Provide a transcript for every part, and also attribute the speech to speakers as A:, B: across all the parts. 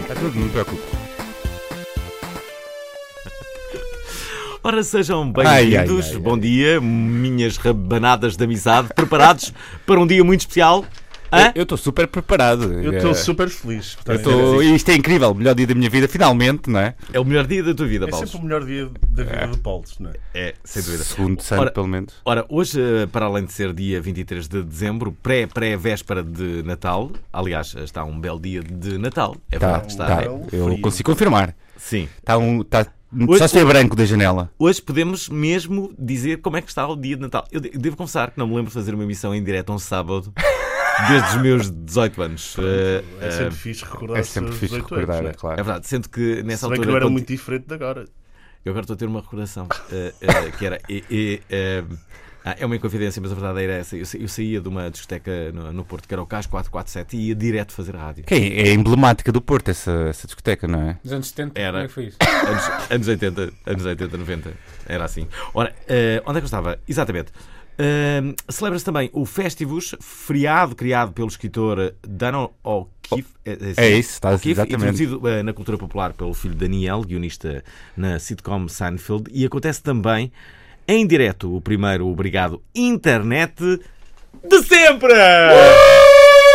A: Está tudo, não me preocupo.
B: Ora, sejam
A: Ai,
B: bem-vindos.
A: ai, ai,
B: Bom dia, minhas rabanadas de amizade. Preparados para um dia muito especial? Hã?
A: Eu- Eu estou super preparado.
C: Eu estou
A: É,
C: super feliz. por
A: eu
C: estarem a
A: tô-
C: dizer
A: Isto é incrível, o melhor dia da minha vida, finalmente, não é?
B: É o melhor dia da tua vida,
C: isto. É
B: Paulo.
C: sempre o melhor dia da vida de Paulos, não é?
B: É, sem dúvida.
A: Segundo santo,
B: Ora-
A: pelo menos.
B: Ora, hoje, eh, para além de ser dia 23 de dezembro, pré- pré-véspera de Natal, aliás, está um belo dia de Natal. É
A: Tá,
B: verdade, está.
A: tá,
C: belo,
A: eu
C: frio.
A: consigo confirmar.
B: Sim.
A: Está um. Tá...
B: Hoje-
A: Só se vê branco da janela.
B: Hoje podemos mesmo dizer como é que está o dia de Natal. Eu de- devo confessar que não me lembro de fazer uma emissão em direto um sábado desde os meus 18 anos. Eh,
C: É sempre fixe recordar
A: É sempre fixe recordar, é
C: Anos,
A: claro.
B: É verdade, sendo que
C: não é? Se
B: nessa
C: bem que
B: altura.
C: não era
B: quando-
C: muito diferente de agora.
B: Eu agora estou a ter uma recordação eh, eh, que era. e- e, eh, ah, é uma inconfidência, mas a verdade era essa. Eu, sa- eu saía de uma discoteca no, no Porto, que era o Cais 447, e ia direto fazer rádio.
A: Que é, é emblemática do Porto, essa, essa discoteca, não é?
D: Dos anos 70,
B: Era.
D: como é que foi isso?
B: Anos, anos 80, anos 80, 90. Era assim. Ora, eh, onde é que eu estava? Exatamente. Ahm, Celebra-se também o Festivus, feriado criado pelo escritor Dan O'Keefe.
A: É isso, está
B: O'Keefe,
A: exatamente.
B: introduzido eh, na cultura popular pelo filho de Daniel, guionista na sitcom Seinfeld, e acontece também em direto o primeiro Obrigado Internet de sempre!
A: Uh!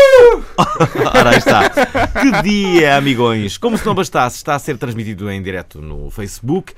B: Ora, aí está. Que dia, amigões! Como se não bastasse, está a ser transmitido em direto no Facebook.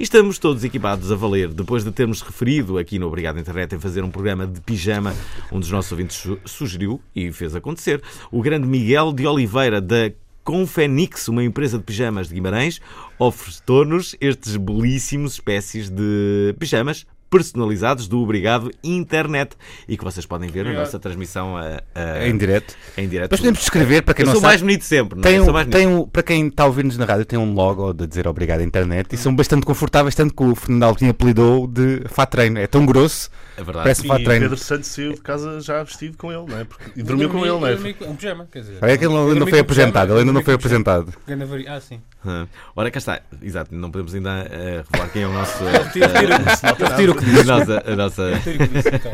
B: E estamos todos equipados a valer, depois de termos referido aqui no Obrigado Internet em fazer um programa de pijama, um dos nossos ouvintes su- sugeriu e fez acontecer, o grande Miguel de Oliveira da Confenix, uma empresa de pijamas de Guimarães, ofertou-nos estes belíssimos espécies de pijamas personalizados do Obrigado Internet e que vocês podem ver na nossa transmissão a- a-
A: Em direto.
B: em direto.
A: Mas podemos descrever para quem
B: É. Eu
A: não
B: sou
A: sabe.
B: mais bonito sempre, não é?
A: Tem
B: Eu
A: um,
B: sou mais
A: tem um- para quem está a ouvir-nos na rádio, tem um logo de dizer obrigado à internet e
B: Hum.
A: são bastante confortáveis, tanto que o Fernando Alvim apelidou de fatreino. É tão grosso,
B: bonito. É verdade.
A: parece
C: E
A: fatreino.
C: Pedro Santos saiu de casa já vestido com ele, não é? Porque... E dormiu com
D: Dormi-
C: ele, não é?
D: dormi com- Um pijama, quer dizer.
A: É que ele ainda não foi
D: Dormi com pijama,
A: apresentado, ele ainda não
D: dormi
A: foi
D: com pijama.
A: apresentado.
D: Grande vari- Ah, sim.
B: Ah. Ora, cá está. Exato, não podemos ainda eh, revelar quem é o nosso. eh,
D: Tiro, tiro.
A: Retiro o que
B: a nossa, a nossa-
D: Tiro que disse, então.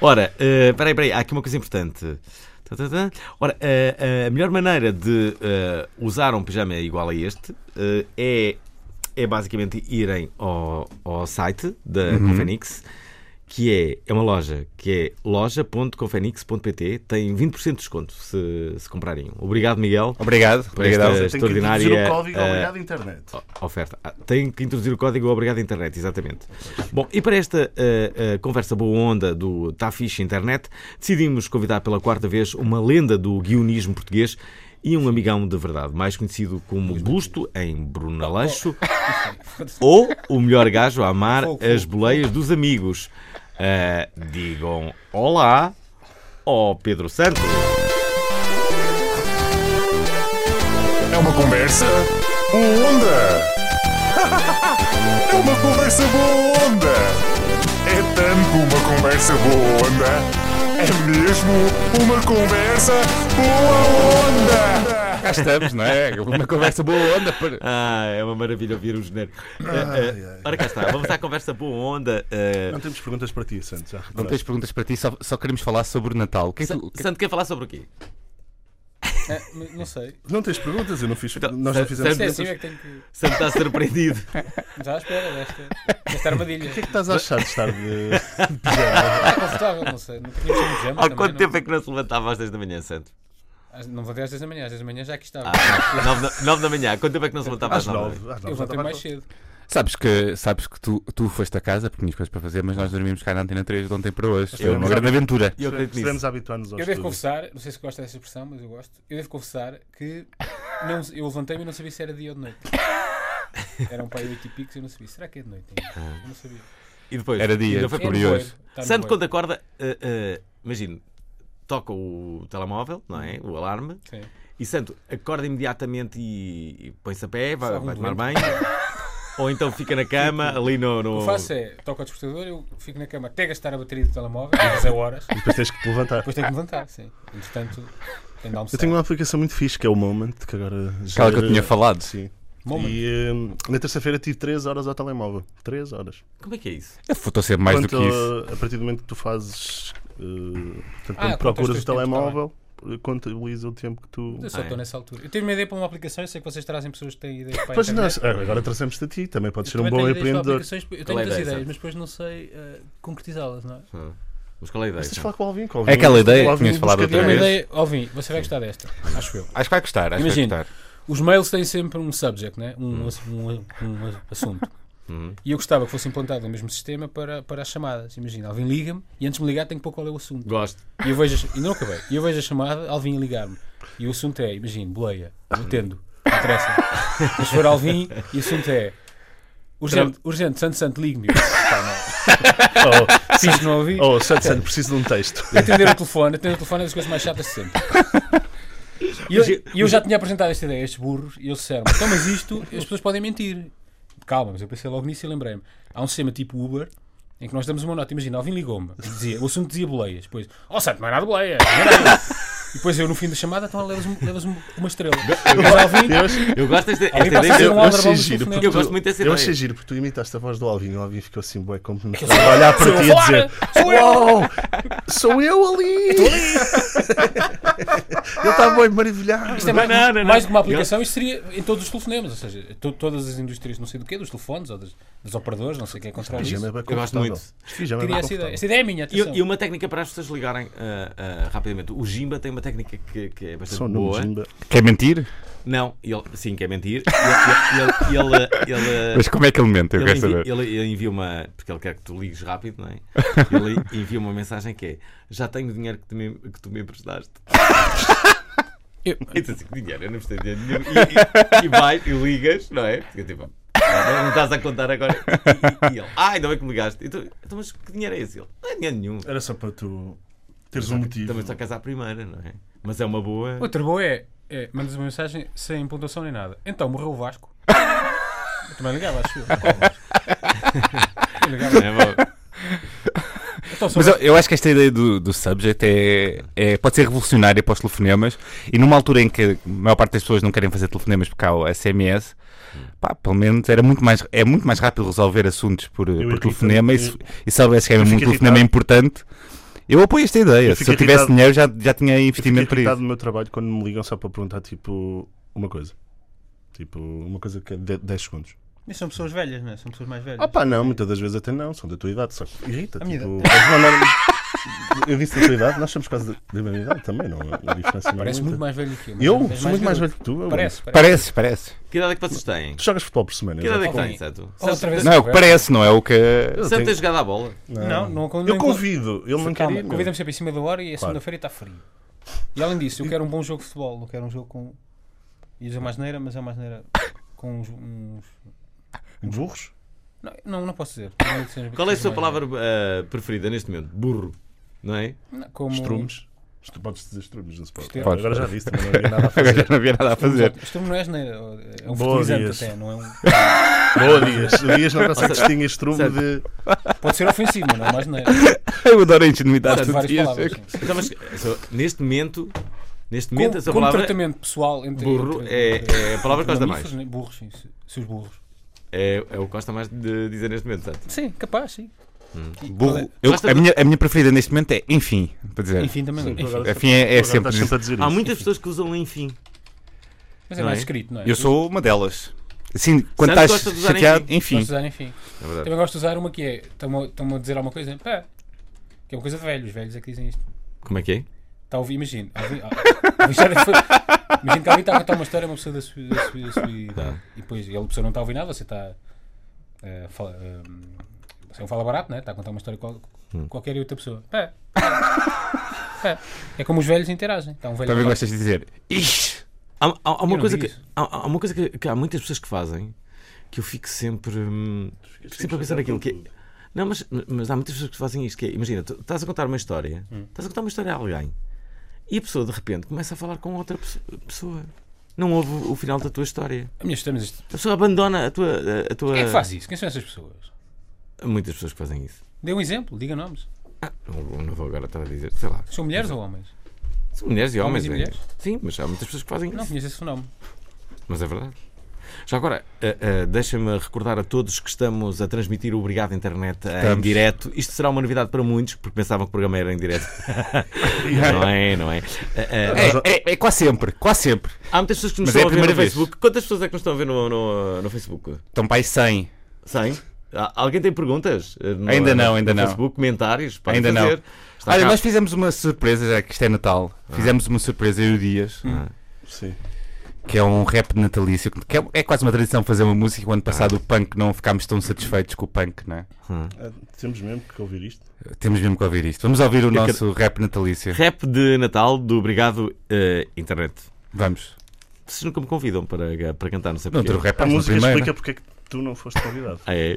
B: Ora, eh, peraí, peraí, há aqui uma coisa importante. Tá, tá, tá. Ora, eh, a melhor maneira de eh, usar um pijama igual a este eh, é, é basicamente irem ao, ao site da
A: Uhum.
B: Confenix, que é, é uma loja, que é loja.confenix.pt, tem 20% de desconto se, se comprarem. um. Obrigado, Miguel.
A: Obrigado,
B: Por esta-
A: obrigado.
C: Tem que introduzir
B: Extraordinária,
C: o código
B: eh,
A: é.
C: obrigado internet.
B: O- Oferta. Ah, Tem que introduzir o código Obrigado Internet, exatamente. Bom, e para esta ah, ah, conversa boa onda do Tá Fixe Internet, decidimos convidar pela quarta vez uma lenda do guionismo português e um amigão de verdade, mais conhecido como Busto em
D: Oh,
B: Brunaleixo, ou o melhor gajo a amar
D: Fogo,
B: as boleias dos amigos. Ah, digam olá ao Pedro Santos.
E: É uma conversa boa onda. É uma conversa boa onda. É tanto uma conversa boa onda. É mesmo uma conversa boa onda.
A: Cá estamos, não é? Uma conversa boa onda. para-
B: Ah, é uma maravilha ouvir o genérico. Ah, ah, ora cá está, vamos à conversa boa onda. ah,
C: Não temos perguntas para ti, Santos. Já
A: Não tens perguntas para ti, só, só queremos falar sobre o Natal. O que é que
B: Sa-
A: tu- o que é que-
B: Santo, quer falar sobre o quê?
D: Ah, mas Não sei.
C: Não tens perguntas? Eu não fiz.
B: Então,
C: Nós não
B: Santos-
C: fizemos
D: Se é
C: perguntas.
D: assim,
C: O
D: é que tenho que.
B: Santo está surpreendido.
D: Já à espera desta. Desta armadilha.
C: que é que estás a achar de estar eh, de, de pijama?
D: Está confortável, não sei. Não tinha um pijama.
B: Há
D: também,
B: quanto
D: não-
B: tempo é que não se levantava às 10 da manhã, Santo?
D: Às- Não voltei às 10 da manhã, às 10 da manhã já aqui estava.
B: 9 da, nove da manhã, há quanto tempo é que não se levantava
C: Às
B: às 9?
C: nove. Às nove
D: Eu
C: Ah, já
D: voltei
C: estava
D: mais
C: a-
D: cedo.
A: Sabes que, sabes que tu, tu foste a casa porque tinhas coisas para fazer, mas nós dormimos cá na Antena 3 de ontem para hoje. Foi uma
C: tivemos
A: grande aventura.
B: Eu acredito nisso.
C: Precisamos habituar-nos aos
D: Eu devo
C: estudos.
D: confessar, não sei se gosta dessa expressão, mas eu gosto. Eu devo confessar que não, eu levantei-me e não sabia se era dia ou de noite. Era um pai 8 e pico e eu não sabia. Será que é de noite? ainda? Eu não sabia.
B: E depois.
A: Era dia,
B: Ainda foi
A: descobri hoje.
B: Santo
D: é
B: quando acorda, ah, ah, imagino, toca o telemóvel, não é? O alarme.
D: Sim.
B: E Santo acorda imediatamente e, e põe-se a pé, vai,
D: Sabe, um
B: vai tomar banho.
D: doente.
B: Ou então fica na cama, ali no. no...
D: O que faço é, toco ao despertador, eu fico na cama até gastar a bateria do telemóvel, às 10 horas,
C: E depois tens que te levantar.
D: depois tenho que me levantar, sim. Entretanto, tenho de almoçar.
C: Eu tenho uma aplicação muito fixe que é o Moment, que agora já.
A: Aquela que eu tinha falado.
C: Sim.
D: Moment.
C: E hum, na terça-feira tive 3 horas ao telemóvel. 3 horas.
B: Como é que é isso?
A: Eu estou a ser mais do
C: Quanto
A: que isso.
C: a- A partir do momento que tu fazes. eh, portanto,
D: Ah,
C: quando
D: contas
C: procuras
D: os
C: o
D: tempos
C: telemóvel, contabiliza o tempo que tu.
D: Eu só
B: Ah,
D: estou
B: é.
D: nessa altura. Eu tenho uma ideia para uma aplicação, eu sei que vocês trazem pessoas que têm ideias para a
C: Pois não,
D: internet.
C: ah, agora trazemos-te a ti, também podes ser
D: Eu
C: um
D: também
C: bom
D: tenho ideias para
C: empreendedor.
D: aplicações, Eu
B: Qual
D: tenho
B: é a
D: muitas
B: ideia,
D: ideias,
B: Santo?
D: mas depois não sei eh, concretizá-las, não é?
B: Ah, Mas qual é a ideia?
C: Mas tens de
B: Santo?
C: falar com o Alvin, com o
A: É
C: Alvin.
A: aquela ideia
C: O
A: que
C: Alvin um
A: tinhas falado
C: busca
A: outra
D: Eu tenho uma
A: vez.
D: ideia, Alvin, você vai gostar desta, acho eu.
A: Acho que vai gostar, acho que vai
D: Imagina.
A: gostar. Hum.
D: Os mails têm sempre um subject, né? um, um- um assunto.
B: Uhum.
D: E eu gostava que fosse implantado o mesmo sistema para, para as chamadas. Imagina, Alvin liga-me e antes de me ligar tenho que pôr qual é o assunto.
B: Gosto.
D: E eu vejo, a- e não acabei. E eu vejo a chamada, Alvin a ligar-me. E o assunto é, imagina, boleia, entendo, não interessa. Mas se for Alvin, e o assunto é urgente, urgente, santo, santo, ligue-me. Eu, Pá,
C: Oh,
D: não, fiz, não ouvi.
C: oh, Santo, Santo, preciso de um texto.
D: Atender o telefone, atender o telefone é das coisas mais chatas de sempre. E eu, e eu já tinha apresentado esta ideia a estes burros e eles disseram: então, mas isto, as pessoas podem mentir. Calma, mas eu pensei logo nisso e lembrei-me. Há um sistema tipo Uber em que nós damos uma nota. Imagina, alguém ligou-me e dizia: o assunto dizia boleias. Depois, oh, santo, não é nada de boleia. não é nada." E depois eu, no fim da chamada, então levas, um- levas um- uma estrela. Mas Alvin,
C: Eu, acho-
B: Eu gosto desta esta
D: Alguém passa a
B: ideia.
D: fazer um
C: eu achei
D: aldrabão do
C: giro,
D: telefonema.
B: Eu gosto muito dessa
C: eu achei
B: ideia.
C: giro porque tu imitaste a voz do Alvin e o Alvin ficou assim, bué, complementado. a olhar para ti a dizer:
D: Sou eu!
C: Uau, sou eu ali! Ele está bem maravilhado.
D: Isto é
B: Não,
D: mais,
B: não, não,
D: mais
B: não.
D: que uma aplicação, isto seria em todos os telefonemas, ou seja, to- todas as indústrias, não sei do quê, dos telefones ou das, das operadoras, não sei quem controla isso.
C: Pijama é bem
B: Eu gosto
C: confortável.
B: muito.
C: Este pijama é
D: Queria
C: bem
D: essa ideia.
C: confortável.
D: Essa ideia é minha,
B: E,
D: atenção.
B: e uma técnica para as pessoas ligarem ah, ah, rapidamente. O Jimba tem uma técnica que, que é bastante
C: Só o nome
B: boa.
C: Jimba.
A: Quer mentir?
B: Não, ele, sim, quer mentir. Ele, ele, ele, ele, ele-
A: Mas como é que ele mente? Eu
B: ele
A: quero
B: envia,
A: saber.
B: ele- ele envia uma. Porque ele quer que tu ligues rápido, não é? Ele envia uma mensagem que é: Já tenho o dinheiro que tu me, que tu me emprestaste.
D: Eu-
B: E diz assim: "Que Dinheiro, eu não prestei dinheiro nenhum. E, e, e vais e ligas, não é? Porque tipo. Não não estás a contar agora. E, e ele, ah, ainda bem que me ligaste. Então, então, mas que dinheiro é esse? Ele, não é dinheiro nenhum.
C: Era só para tu teres um motivo.
B: Também só casar à primeira, não é? Mas é uma boa.
D: Outra boa é, é mandas uma mensagem sem pontuação nem nada. Então, morreu o Vasco. Eu também ligava, acho eu. Qual Vasco? Eu ligava.
B: É uma-
D: Então, só
A: Mas eu, eu acho que esta ideia do, do subject é, é- pode ser revolucionária para os telefonemas e numa altura em que a maior parte das pessoas não querem fazer telefonemas porque há o SMS, pá, pelo menos era muito mais, é muito mais rápido resolver assuntos por, por
C: irrito-me.
A: telefonema e, se- e se soubesse que era
C: Eu
A: mesmo um
C: fico
A: telefonema
C: irritado.
A: importante, eu apoio esta ideia.
C: Eu
A: Se
C: fico
A: eu tivesse
C: irritado.
A: dinheiro já, já tinha
C: Eu fico
A: investimento para
C: irritado
A: isso.
C: no meu trabalho quando me ligam só para perguntar, tipo, uma coisa. Tipo, uma coisa que é de- 10 segundos.
F: Mas são pessoas velhas, não é? São pessoas mais velhas.
C: Ah pá, não, muitas das vezes até não, são da tua idade, só que irrita,
F: A minha
C: tipo, podes mandar- Eu disse da tua idade, nós somos quase da da mesma idade também, não a diferença não é
D: Parece muito
C: muita.
D: mais velho que eu. mas
C: Eu
D: não, és
C: sou muito mais velho
D: garoto.
C: que tu, eu-
D: Parece, parece.
A: Parece, parece.
B: Que idade é que vocês têm?
C: Tu jogas futebol por semana,
B: Que
C: eu já
B: idade é que
C: te
B: têm,
C: conto.
B: Santo?
D: Outra vez.
A: Não, é o que parece, não é o que.
B: Santo
C: tenho-
B: tem jogado à bola.
D: Não, não, não,
C: Eu convido, ele não quer
D: Calma,
C: ir. meu.
D: convida-me sempre em cima da hora e a segunda-feira está frio. E além disso, eu quero um bom jogo de futebol.
F: Não quero um jogo com. Ia dizer uma asneira, mas é uma asneira com uns. uns-
C: Burros?
D: Não, não, não posso dizer.
B: Qual é a sua palavra ah, preferida neste momento? Burro. Não é?
D: Não, Como
C: Estrumes? Tu podes dizer estrumes, não se pode.
D: Estrumes.
C: Agora já disse, também não havia nada a
A: Agora já
C: fazer.
A: não havia nada a fazer.
D: Estrume não é asneira, é um
C: Boa,
D: fertilizante
C: Dias.
D: até, não é um...
C: Boa, Dias. O Dias não consegue distinguir estrume
B: Certo.
C: de...
D: Pode ser ofensivo, mas não é uma asneira.
A: Eu adoro a ingenuidade
D: Pode
A: do
D: ser várias
A: Dias.
C: é
D: palavras. sim.
B: Então, mas, ah, só- neste momento, neste
D: Com,
B: momento, a sua
D: com
B: palavra
D: tratamento pessoal entre...
B: burro
D: entre-
B: é, é a palavra que gosta
D: entre mamíferos,
B: mais.
D: né? Burros, sim. se- Se os burros.
B: É, é o que gosta mais de dizer neste momento, Santo.
D: Sim, capaz, sim. E-
A: Burro. Eu-
B: Gosta
A: a,
B: de-
A: minha, a minha preferida neste momento é enfim. Para dizer.
D: Enfim, também não. Enfim.
A: Enfim é, é
C: Agora
A: sempre.
C: estás sempre a dizer isso.
B: Há muitas pessoas que usam enfim.
D: Mas é
B: Não
D: mais
B: é?
D: escrito, não é?
A: Eu sou uma delas. Assim, quando
B: Santos
A: estás
B: gosta de usar
A: chateado, enfim.
D: Gosto de usar, enfim.
B: É verdade.
D: Também gosto de usar uma que é... Estão-me a- estão-me a dizer alguma coisa, pá. Que é uma coisa de velhos, os velhos é que dizem isto.
B: Como é que é?
D: Está Tá a ouvir, imagina. Alvin- ah, Alvin já foi- Imagina que alguém está a contar uma história a uma pessoa da sua, da sua- da sua idade. E depois ele, a pessoa não está a ouvir nada, você está. eh, fala, eh, você não fala barato, né? Está a contar uma história qual, qualquer outra pessoa. É. É. É como os velhos interagem. Está um velho.
A: Também
D: a
A: gostas de dizer. Ixi!
B: Há, há- há uma
D: não
B: coisa
D: vi
B: que,
D: isso.
B: há, há uma coisa que, que há muitas pessoas que fazem que eu fico sempre. hum, fico sempre a pensar naquilo que é- Não, mas, mas há muitas pessoas que fazem isto. Que é, imagina, tu estás a contar uma história, estás a contar uma história a alguém e a pessoa de repente começa a falar com outra pesso- pessoa. Não ouve o final da tua história.
D: A minha história, mas isto-
B: A pessoa abandona a tua. A, a tua...
D: Quem é que faz isso? Quem são essas pessoas?
B: Há Muitas pessoas que fazem isso.
D: Dê um exemplo, diga nomes.
B: Ah, não, vou- não vou agora estar a dizer, sei lá.
D: São mulheres ou homens?
B: São mulheres e homens.
D: Homens e
B: é.
D: mulheres?
B: Sim, mas há muitas pessoas que fazem
D: Não
B: isso.
D: conheço esse fenómeno.
B: Mas é verdade. Já agora, ah, ah, deixa-me recordar a todos que estamos a transmitir o Obrigado Internet ah, em
A: Estamos.
B: direto. Isto será uma novidade para muitos, porque pensavam que o programa era em direto. não é, não é? Ah, ah,
A: É, é, é quase sempre, quase sempre.
B: há muitas pessoas que nos
A: Mas
B: estão
A: é a
B: a, ver no
A: primeira vez.
B: Facebook. Quantas pessoas é que nos estão a ver no, no, no Facebook?
A: Estão para aí 100.
B: 100? Há- Alguém tem perguntas? Ah, no-
A: Ainda não,
B: no
A: ainda não.
B: Facebook, comentários? Podem
A: Ainda
B: fazer.
A: não.
B: Está
A: Olha,
B: cá.
A: nós fizemos uma surpresa, já que isto é Natal. Fizemos uma surpresa, eu e o Dias,
C: Sim.
A: que é um rap natalício. Que é, é quase uma tradição fazer uma música. O ano passado o punk não ficámos tão satisfeitos com o punk, não é?
C: Ah, temos mesmo que ouvir isto.
A: Temos mesmo que ouvir isto. Vamos ouvir o nosso rap natalício.
B: Rap de Natal do Obrigado eh, Internet.
A: Vamos.
B: Vocês nunca me convidam para, para cantar, não sei
A: Não,
B: porquê.
A: outro rap
C: A
A: faz no
C: música
A: primeiro.
C: explica porque é que tu não foste convidado.
B: Ah, é?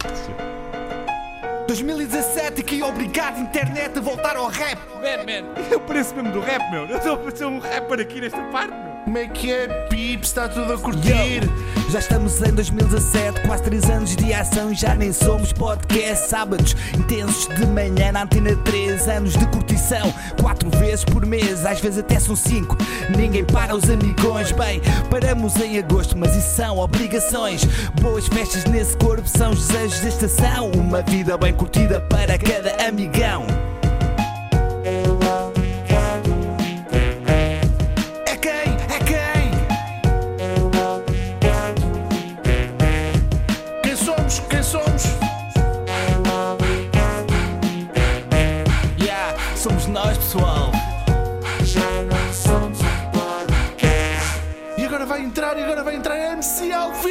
G: 2017 que obrigado internet a voltar ao rap.
A: Eu pareço mesmo do rap, meu. Eu estou a fazer um rapper aqui nesta parte, meu.
E: Como é que é, Pips? Está tudo a curtir?
G: Yo. Já estamos em 2017, quase 3 anos de ação, já nem somos podcast. Sábados intensos de manhã na antena 3, anos de curtição, 4 vezes por mês, às vezes até são 5. Ninguém para os amigões, bem, paramos em agosto, mas isso são obrigações. Boas festas nesse corpo são os desejos da estação, uma vida bem curtida para cada amigão. É quem? É quem?
E: Quem somos? Quem somos?
G: Yeah, somos nós, pessoal.
E: E agora vai entrar, e agora vai entrar MC Alvin!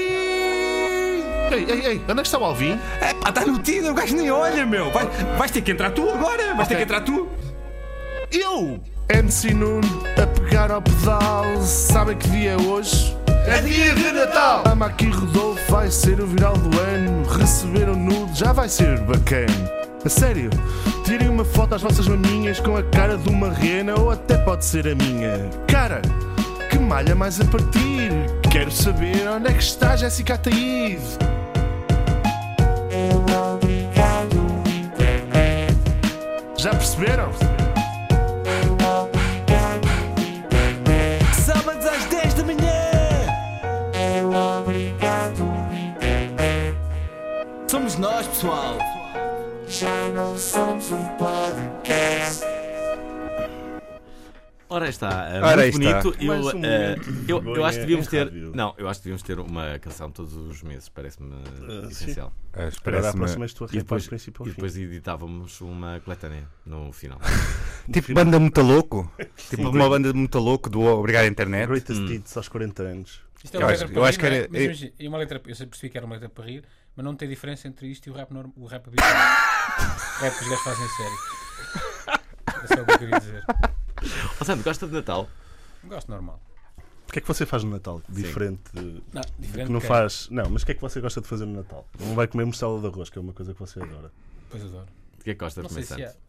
E: Ei, ei, ei, onde é que está o Alvin?
G: É pá, tá no Tinder, o gajo nem olha, meu. Vai, vais ter que entrar tu agora, vais ter que entrar tu.
E: Eu! MC Nuno a pegar ao pedal, sabem que dia é hoje? É dia de Natal! A Maqui Rodolfo vai ser o viral do ano, receber o nude já vai ser bacana. A sério, tirem uma foto às vossas maminhas com a cara de uma rena ou até pode ser a minha. Cara, que malha mais a partir? Quero saber onde é que está Jéssica Ataíde. Já perceberam?
G: Sábados às 10 da manhã. Somos nós, pessoal.
B: Ora aí está, é
A: Ora aí
B: muito bonito.
A: está.
B: Eu,
C: Mais um
B: eh,
C: momento de
B: eu, eu
C: vergonha
B: acho que devíamos
C: em
B: ter.
C: rádio.
B: Não, eu acho que devíamos ter uma canção todos os meses, parece-me
C: sim.
B: essencial.
A: Ah,
C: Agora a próxima és tu a
B: E
C: rapar
B: depois,
C: do princípio
B: e
C: ao fim.
B: depois editávamos uma coletânea no final.
A: Tipo banda muito louco. Tipo uma banda muito louco do Obrigado Internet.
C: Greatest
B: Hum.
C: Hits aos 40 anos.
D: Isto é
A: Eu
D: uma
A: acho-
D: letra para
A: eu
D: rir,
A: acho que
D: não é?
A: era-
D: Mas
A: eu-
D: imagina, é uma letra, eu sei- percebi que era uma letra para rir, mas não tem diferença entre isto e o rap normal, o rap habitual. o rap que os gajos fazem a sério. É só o que eu queria dizer.
B: Ó Oh, Sandro, gosta de Natal?
D: Gosto normal.
C: O que é que você faz no Natal? Diferente de.
D: Não, diferente.
C: Que não
D: quero.
C: faz. Não, mas o que é que você gosta de fazer no Natal? Não vai comer mostela de arroz, que é uma coisa que você adora.
D: Pois adoro.
B: O que é que gosta de
D: Não
B: comer,
D: sei se
B: Sandro?
D: há.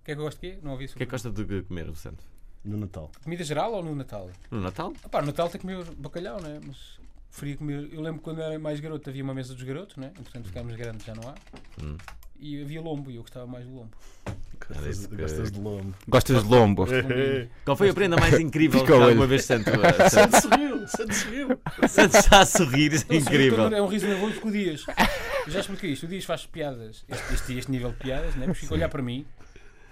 D: O que é que eu gosto de quê? Não ouvi isso.
B: O que é que gosta de comer, Sandro?
C: No Natal.
D: Comida geral ou no Natal?
B: No Natal?
D: Ah pá, no Natal tem que comer bacalhau, não é? Mas preferia comer. Eu lembro que quando era mais garoto havia uma mesa dos garotos, não é? Entretanto ficámos grandes, já não há.
A: Hum.
D: E havia lombo e eu gostava mais do lombo.
C: Gostas,
B: isso que-
C: gostas de lombo.
A: Gostas de lombo?
B: Qual foi a prenda mais incrível que
A: Fica o
B: alguma
A: olho.
B: vez Santo? eh, Santo
C: sorriu, Santo sorriu.
B: Santo está a sorrir, isso é
D: Não, sobre
B: incrível.
D: todo É um riso nervoso com o Dias. Eu já expliquei isto. O Dias faz piadas, este, este, este nível de piadas, né? Porque fica a olhar para mim.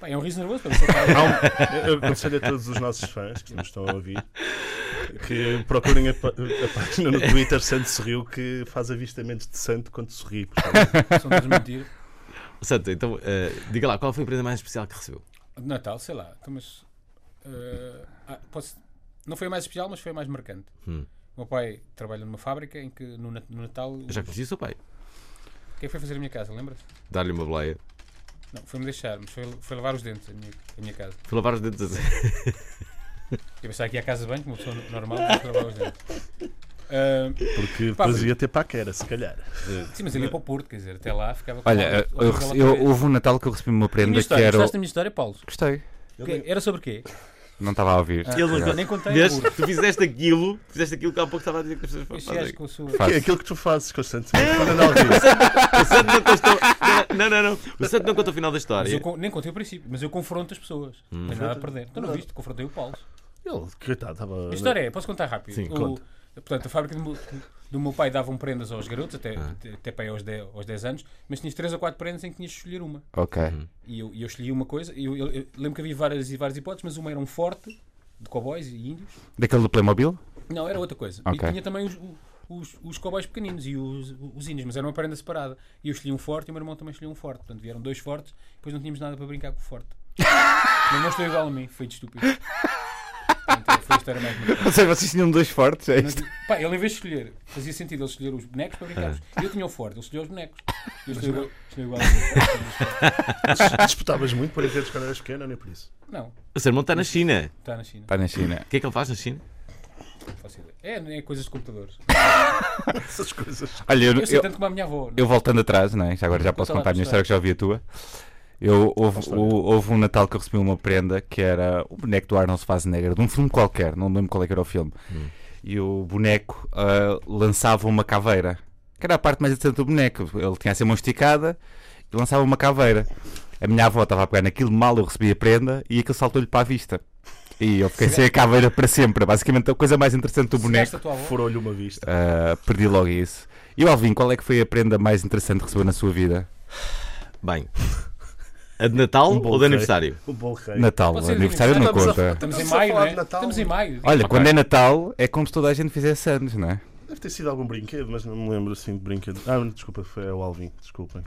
D: Pá, é um riso nervoso para mim. só para-
C: Eu eu aconselho a todos os nossos fãs que nos estão a ouvir que procurem a, pa- a página no Twitter Santo Sorriu que faz avistamentos de Santo quando sorri. portanto,
D: São todos mentir.
B: Santo, então, eh, diga lá, qual foi a prenda mais especial que recebeu?
D: De Natal, sei lá. Então, mas, eh, ah, posso- Não foi a mais especial, mas foi a mais marcante.
A: Hum.
D: O meu pai trabalha numa fábrica em que no, Nat- no Natal. o-
B: Eu já conheci o seu pai.
D: Quem foi fazer a minha casa, lembra-se?
B: Dar-lhe uma boleia.
D: Não, foi-me deixar, mas foi, foi lavar os dentes a minha, a minha casa.
B: Fui lavar os dentes. assim.
D: Eu pensava que ia à casa de banho, como uma pessoa normal, mas foi lavar os dentes. Ah, Ah,
C: Porque
D: Pá,
C: depois ia ter paquera, se calhar.
D: sim, mas ele ia para o Porto, quer dizer, até lá ficava com
A: Olha,
D: mal-
A: eu-
D: outra
A: eu,
D: vela
A: rece-
D: outra
A: eu-
D: vez.
A: houve um Natal que eu recebi uma
D: E a minha
A: prenda que
D: história,
A: era. o-
D: gostaste da minha história, Paulo?
A: Gostei.
D: Que- Era sobre quê?
A: Não estava a ouvir.
B: Ele não-
D: Nem contei.
B: Vês?
D: burro.
B: Tu fizeste aquilo, fizeste aquilo que há pouco estava a dizer que as pessoas
D: Este gajo
B: fazem.
D: com a sua.
A: Faço.
C: Que é aquilo que tu fazes constantemente quando não ouvis.
B: O Santo não contou. Não, não, não. O Santo não conta o final da
D: Mas
B: história.
D: eu con- nem contei o princípio, mas eu confronto as pessoas. Não tem nada a perder. Tu não viste, confrontei o Paulo.
C: Ele, coitado, estava.
D: A história é, posso contar rápido?
B: Sim,
D: O-
B: conta.
D: Portanto, a fábrica do, meu- do meu pai davam prendas aos garotos, até,
B: Ah.
D: até para aí aos 10, aos 10 anos, mas tinhas 3 ou 4 prendas em que tinhas de escolher uma.
A: Ok.
D: E eu, e eu escolhi uma coisa, e eu, eu- eu lembro que havia várias, e várias hipóteses, mas uma era um forte, de cowboys e índios.
A: Daquele do Playmobil?
D: Não, era outra coisa.
A: Ok.
D: E tinha também os, os, os cowboys pequeninos e os, os índios, mas era uma prenda separada. E eu escolhi um forte e o meu irmão também escolheu um forte. Portanto, vieram dois fortes, depois não tínhamos nada para brincar com o forte. Meu irmão estou igual a mim, foi de estúpido. Portanto, é, foi a história mais bonita.
A: Ou seja, vocês tinham dois fortes, é
D: Não
A: isto?
D: tinha- Pá, ele em vez de escolher, fazia sentido ele escolher os bonecos para brincarmos.
A: É.
D: E eu tinha o forte, ele escolheu os bonecos. E Eu estou igual, estou igual a mim.
C: Disputavas muito por exemplo quando eras pequeno, nem por isso.
D: Não,
B: O sermão está na China.
D: está na China,
A: Está na China.
B: O que é que ele faz na China?
D: não faço ideia. É, é coisas de computadores.
C: Essas coisas.
A: Olha, eu,
D: Eu sei
A: eu,
D: tanto como a minha avó.
A: eu voltando atrás, não é? Já agora já posso
D: Conta lá,
A: contar a minha
D: conta
A: história
D: lá.
A: que já ouvi a tua. Eu, houve,
C: história.
A: o- houve um Natal que eu recebi uma prenda que era o boneco do Arnold Schwarzenegger, de um filme qualquer, não me lembro qual é que era o filme. E o boneco ah, lançava uma caveira, que era a parte mais interessante do boneco. Ele tinha assim uma esticada e lançava uma caveira. A minha avó estava a pegar naquilo, mal eu recebi a prenda e aquilo saltou-lhe para a vista. E eu fiquei sem a caveira para sempre. Basicamente, a coisa mais interessante do boneco.
D: Gasta a tua avó.
C: Furou-lhe uma vista.
A: Ah, perdi logo isso. E o Alvin, qual é que foi a prenda mais interessante que recebeu na sua vida?
B: Bem. A de Natal
C: Um bolo
B: ou de
C: rei.
B: aniversário?
C: O bolo rei.
A: Natal,
D: Pode ser
A: aniversário não
C: aniversário.
A: conta.
D: Estamos em
C: Estamos a
D: maio,
C: falar
D: não é?
C: de Natal.
D: Estamos em maio.
A: Olha, quando é Natal é como se toda a gente fizesse anos, não é?
C: Deve ter sido algum brinquedo, mas não me lembro assim de brinquedo. Ah, desculpa, foi o Alvin, desculpem.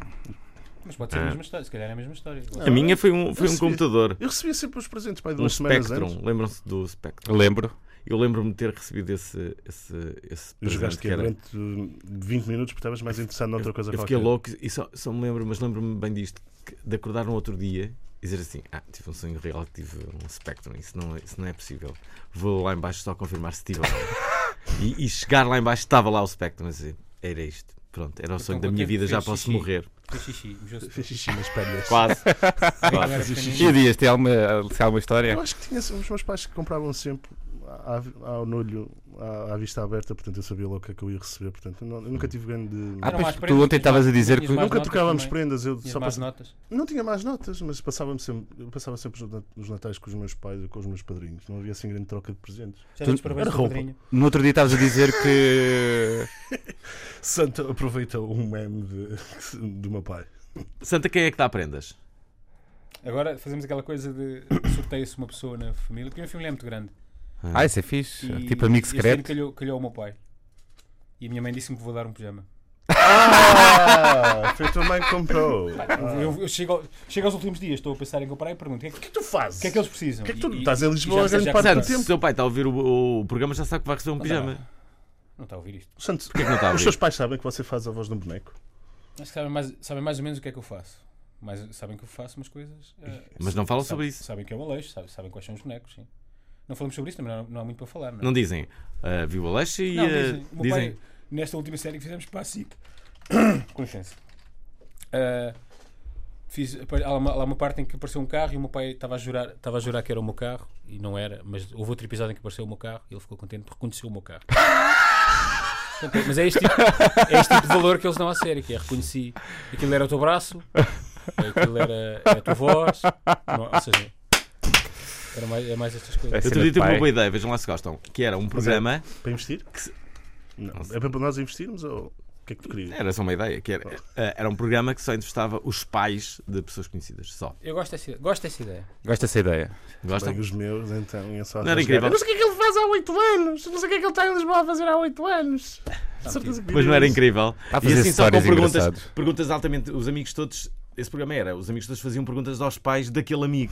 D: Mas pode ser a mesma história, se calhar é a mesma história.
B: A minha foi um, foi
C: Eu
B: um
C: recebi-
B: computador.
C: Eu recebia sempre os presentes, pai, de
B: Um
C: umas semanas antes.
B: Spectrum. Lembram-se do Spectrum?
A: Lembro.
B: Eu lembro-me de ter recebido esse. esse, esse
C: E
B: presente
C: jogaste é, que
B: era-
C: durante uh, 20 minutos porque estavas mais interessado noutra coisa
B: Eu
C: qualquer.
B: fiquei louco e só, só me lembro, mas lembro-me bem disto, que- de acordar no outro dia e dizer assim: Ah, tive um sonho real, que tive um Spectrum, isso não, é- isso não é possível. Vou lá embaixo só confirmar se tive ou não. e, e chegar lá embaixo, estava lá o Spectrum, assim, era isto. Pronto, era o sonho da
D: contente
B: minha
D: que
B: vida, já
D: Então fez
B: posso
D: xixi.
B: morrer.
D: Fez xixi, mijou-se.
C: Fiz xixi nas pernas.
B: Quase.
D: Quando era
B: Quase.
D: pequenino.
A: E o Dias, tem alguma, tem alguma história?
C: Eu acho é que tinha os meus pais que compravam sempre à- à- ao olho, à, à vista aberta, portanto eu sabia logo o que é que eu ia receber. Portanto, eu não- eu nunca tive grande.
A: Ah,
D: Eram
A: pois
D: mais
A: tu
D: pretas,
A: ontem
D: tinhas
A: estavas a
D: mais-
A: dizer
D: tinhas
A: que-
D: mais
C: Hum. nunca
D: notas
C: trocávamos
D: também.
C: prendas, eu
D: Tinhas
C: só
D: mais
C: passava-
D: notas.
C: Não tinha mais notas, mas passava sempre, eu passava sempre os nat- os natais com os meus pais e com os meus padrinhos. Não havia assim grande troca de presentes.
F: Já demos parabéns
C: Era
F: ao
C: roupa.
F: padrinho.
A: No outro dia estavas a dizer que.
C: Santa aproveita um meme de, do meu pai.
B: Santa, quem é que dá prendas?
D: Agora fazemos aquela coisa de sorteia-se uma pessoa na família, porque a minha família é muito grande.
A: Ah, isso é fixe.
D: E
A: Tipo amigo
D: este ano
A: secreto.
D: calhou, calhou o meu pai. E a minha mãe disse-me que vou dar um pijama.
C: Ah, foi a tua mãe que é comprou.
D: Eu, eu chego, ao- chego aos últimos dias, estou a pensar em comprar e pergunto: o que, é
C: O
D: que-
C: que é que tu fazes?
D: o que é que eles precisam?
C: que é que tu
D: E- e-
C: estás em
D: e
C: Lisboa
D: já-
C: a grande
D: já-
C: parte do
D: já-
B: Santo,
C: tempo.
B: se o seu pai está a ouvir o, o programa, já sabe que vai receber um pijama.
D: Não está a ouvir isto.
C: Santos,
B: Porquê que não está a
C: os
B: ouvir?
C: seus pais sabem que você faz a voz de um boneco?
D: Acho que sabem mais, sabem mais ou menos o que é que eu faço. Mas sabem que eu faço umas coisas. eh,
B: Mas não falam
D: sabe-
B: sobre isso.
D: Sabem que é o Aleixo, sabem, sabem quais são os bonecos, sim. Não falamos sobre isso, também não, não há muito para falar, não é?
B: Não dizem. ah, viu o Alex e.
D: Não,
B: ah,
D: dizem. O meu
B: dizem.
D: pai, nesta última série que fizemos para a SIC, com licença, ah, fiz, apare- há, uma, há uma parte em que apareceu um carro e o meu pai estava a, jurar, estava a jurar que era o meu carro e não era, mas houve outro episódio em que apareceu o meu carro e ele ficou contente porque reconheceu o meu carro. Portanto, Mas é este, tipo, é este tipo de valor que eles dão à série, que é reconheci aquilo era o teu braço, aquilo era, era a tua voz, não- ou seja, era mais, é mais estas coisas.
B: Eu
A: Cena de
B: tive uma
A: pai.
B: boa ideia, vejam lá se gostam. Que era um
D: é.
B: programa,
C: Para investir?
B: se-
C: Não. É para nós investirmos ou o que é que tu querias?
B: era só uma ideia, que era, eh, era um programa que só entrevistava os pais de pessoas conhecidas. Só.
D: Eu gosto dessa, gosto dessa ideia.
A: Gosto dessa ideia.
B: Gostam?
C: Bem, os meus, então, iam só
B: Não era
C: rasgar.
B: incrível?
C: Mas o que é que ele faz há 8 anos? Não sei o que é que ele está em Lisboa a fazer há 8 anos. De certeza que
B: Mas não era
C: diz.
B: incrível.
A: Está a
B: E
A: fazer
B: assim só com
A: histórias
B: perguntas,
A: engraçadas.
B: perguntas altamente. Os amigos todos. Esse programa era. Os amigos todos faziam perguntas aos pais daquele amigo.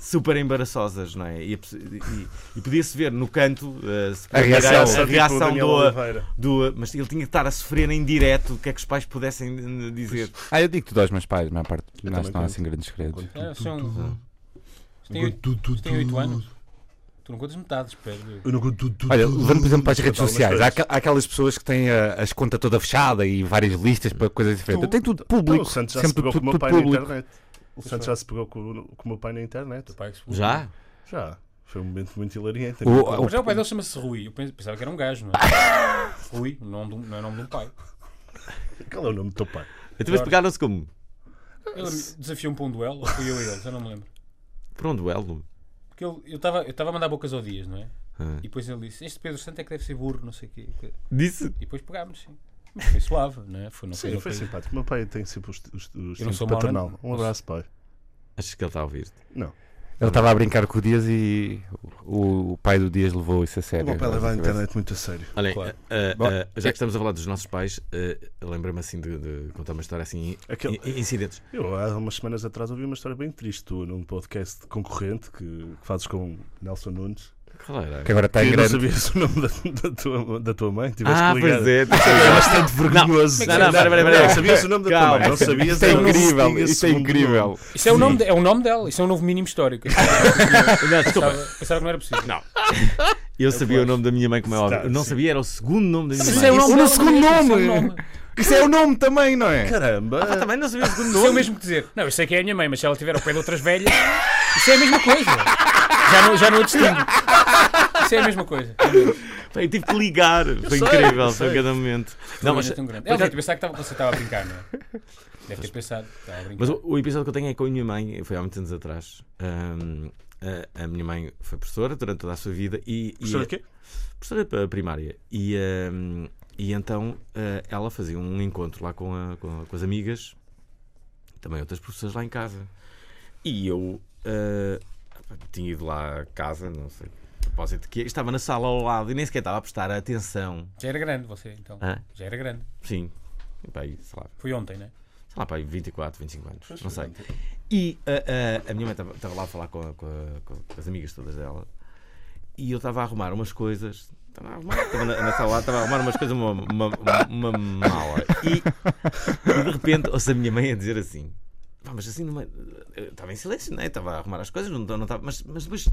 B: Super embaraçosas, não é? E, a pe- e- e podia-se ver no canto eh, se
A: A
B: podia-
A: reação.
B: a
C: Tipo o
B: reação
C: Daniel
B: do,
C: Oliveira.
B: do. Mas ele tinha que estar a sofrer em direto o que é que os pais pudessem eh, dizer.
A: Ah, eu digo tudo aos meus pais, mas a parte.
C: Eu
A: Não, acho que
C: também
D: um-
A: não há assim grandes segredos.
D: É, são. Tem 8 anos. Tu Tu não contas metades, espero.
C: Eu não conto tudo, tudo,
A: Olha,
C: tudo,
A: levando por exemplo para as
C: tudo,
A: redes
C: tudo,
A: sociais,
C: algumas
A: há,
C: coisas.
A: aquel- há aquelas pessoas que têm a, as contas toda fechada e várias listas para coisas diferentes. Eu tenho tudo público,
C: Então, o Santos já se
A: sempre
C: pegou
A: tudo,
C: com o meu
A: tudo
C: pai na
A: público.
C: internet. O Santos já se pegou com, o- com o meu pai na internet.
D: é
B: Já?
C: Já. Foi um momento muito hilariante.
A: O-
C: Amigo.
A: o-
D: Mas já o pai dele chama-se Rui. Eu pens- pensava que era um gajo, não é? Rui, o nome de um- não é nome de um pai.
C: Qual é o nome do teu pai?
B: Então, mas pegaram-se como?
D: Ele me desafiou-me para um duelo, ou fui eu e ele, já não me lembro.
B: Por um duelo.
D: Porque ele- eu estava eu estava a mandar bocas ao Dias, não é? E depois ele disse: Este Pedro Santo é que deve ser burro, não sei o quê.
B: Disse.
D: E depois pegámos, sim. Mas foi suave, não é? Foi, não foi,
C: Sim,
D: uma
C: foi
D: coisa-
C: simpático. O meu pai tem sempre os, os, os
D: Eu não sou mau,
C: paternal.
D: não.
C: Um abraço, pai.
B: Achas que ele está a ouvir-te?
C: Não.
A: Ele estava a brincar com o Dias e o, o pai do Dias levou isso a
C: O
A: sério.
C: meu pai leva a internet muito a sério.
B: Olha,
D: Claro.
B: ah, ah,
A: Bom,
B: ah,
C: é-
B: já que estamos a falar dos nossos pais, ah, lembrei-me assim de, de contar uma história assim,
C: Aquele-
B: in- in- incidentes.
C: Eu, há umas semanas atrás, ouvi uma história bem triste tua num podcast concorrente que, que fazes com Nelson Nunes.
B: Qual era?
A: Que agora está
C: Que
A: em
C: eu não
A: É grande.
C: sabias o nome da, da tua, da tua mãe. Tiveste
B: Ah,
C: que ligar.
B: pois é.
C: É bastante vergonhoso.
B: Não, não, pera, pera, pera.
C: Sabias o nome da tua
B: Calma.
C: mãe? Não sabias?
A: Isto é
C: Ela não
A: incrível,
C: tinha
A: isto é
C: segundo nome.
A: incrível.
D: Isso é o, nome de- é o nome dela, isso é um novo mínimo histórico.
B: Não, desculpa.
D: Pensava, pensava que não era possível. Não.
B: Eu sabia o nome da minha mãe, como é óbvio.
C: Tá,
B: Eu não
C: sim.
B: sabia, era o segundo nome da minha
A: Sim,
B: mãe.
A: é o nome
D: dela,
A: no segundo
D: não é? Isso é o
A: nome. Isso é o nome também, não é?
C: Caramba!
B: Ah, também não sabia o segundo
D: Isso é o
B: nome.
D: mesmo que dizer, não, eu sei que é a minha mãe, mas se ela tiver ao pé de outras velhas, isso é a mesma coisa. Já não, já não a distingo. Isso é a mesma coisa.
B: Pá, Eu tive que ligar. Foi
C: sei,
B: incrível,
C: eu
B: foi
C: sei.
B: cada momento.
D: Não, é
B: Não, mas,
D: um
B: é-
D: tão grande.
B: por
D: Ela
B: acaso-
D: deve ter pensado que estava- você estava a brincar, não é? Deve ter pensado que estava a brincar.
B: mas o, o episódio que eu tenho é com a minha mãe, foi há muitos anos atrás. Ahm, a, a minha mãe foi professora durante toda a sua vida e. e-
C: Professora de quê?
B: professora pa- primária. E, ahm, e então ah, ela fazia um encontro lá com, a- com a- com as amigas, também outras professoras lá em casa. E eu ah, tinha ido lá a casa, não sei a propósito de quê, estava na sala ao lado e nem sequer estava a prestar atenção.
D: Já era grande você, então.
B: Hã?
D: Já era grande.
B: Sim, pá, aí, sei lá,
D: Foi ontem, né?
B: sei lá, pá, aí 24, 25 anos, não sei. E ah, ah, a minha mãe estava- estava lá a falar com, a- com a- com as amigas todas dela e eu estava a arrumar umas coisas. Estava a arrumar, estava na, na sala, estava a arrumar umas coisas, uma, uma, uma, uma mala. E, e de repente ouço a minha mãe a dizer assim. Pá, mas assim, numa- eu estava em silêncio, né? estava a arrumar as coisas, não, não estava, mas, mas depois,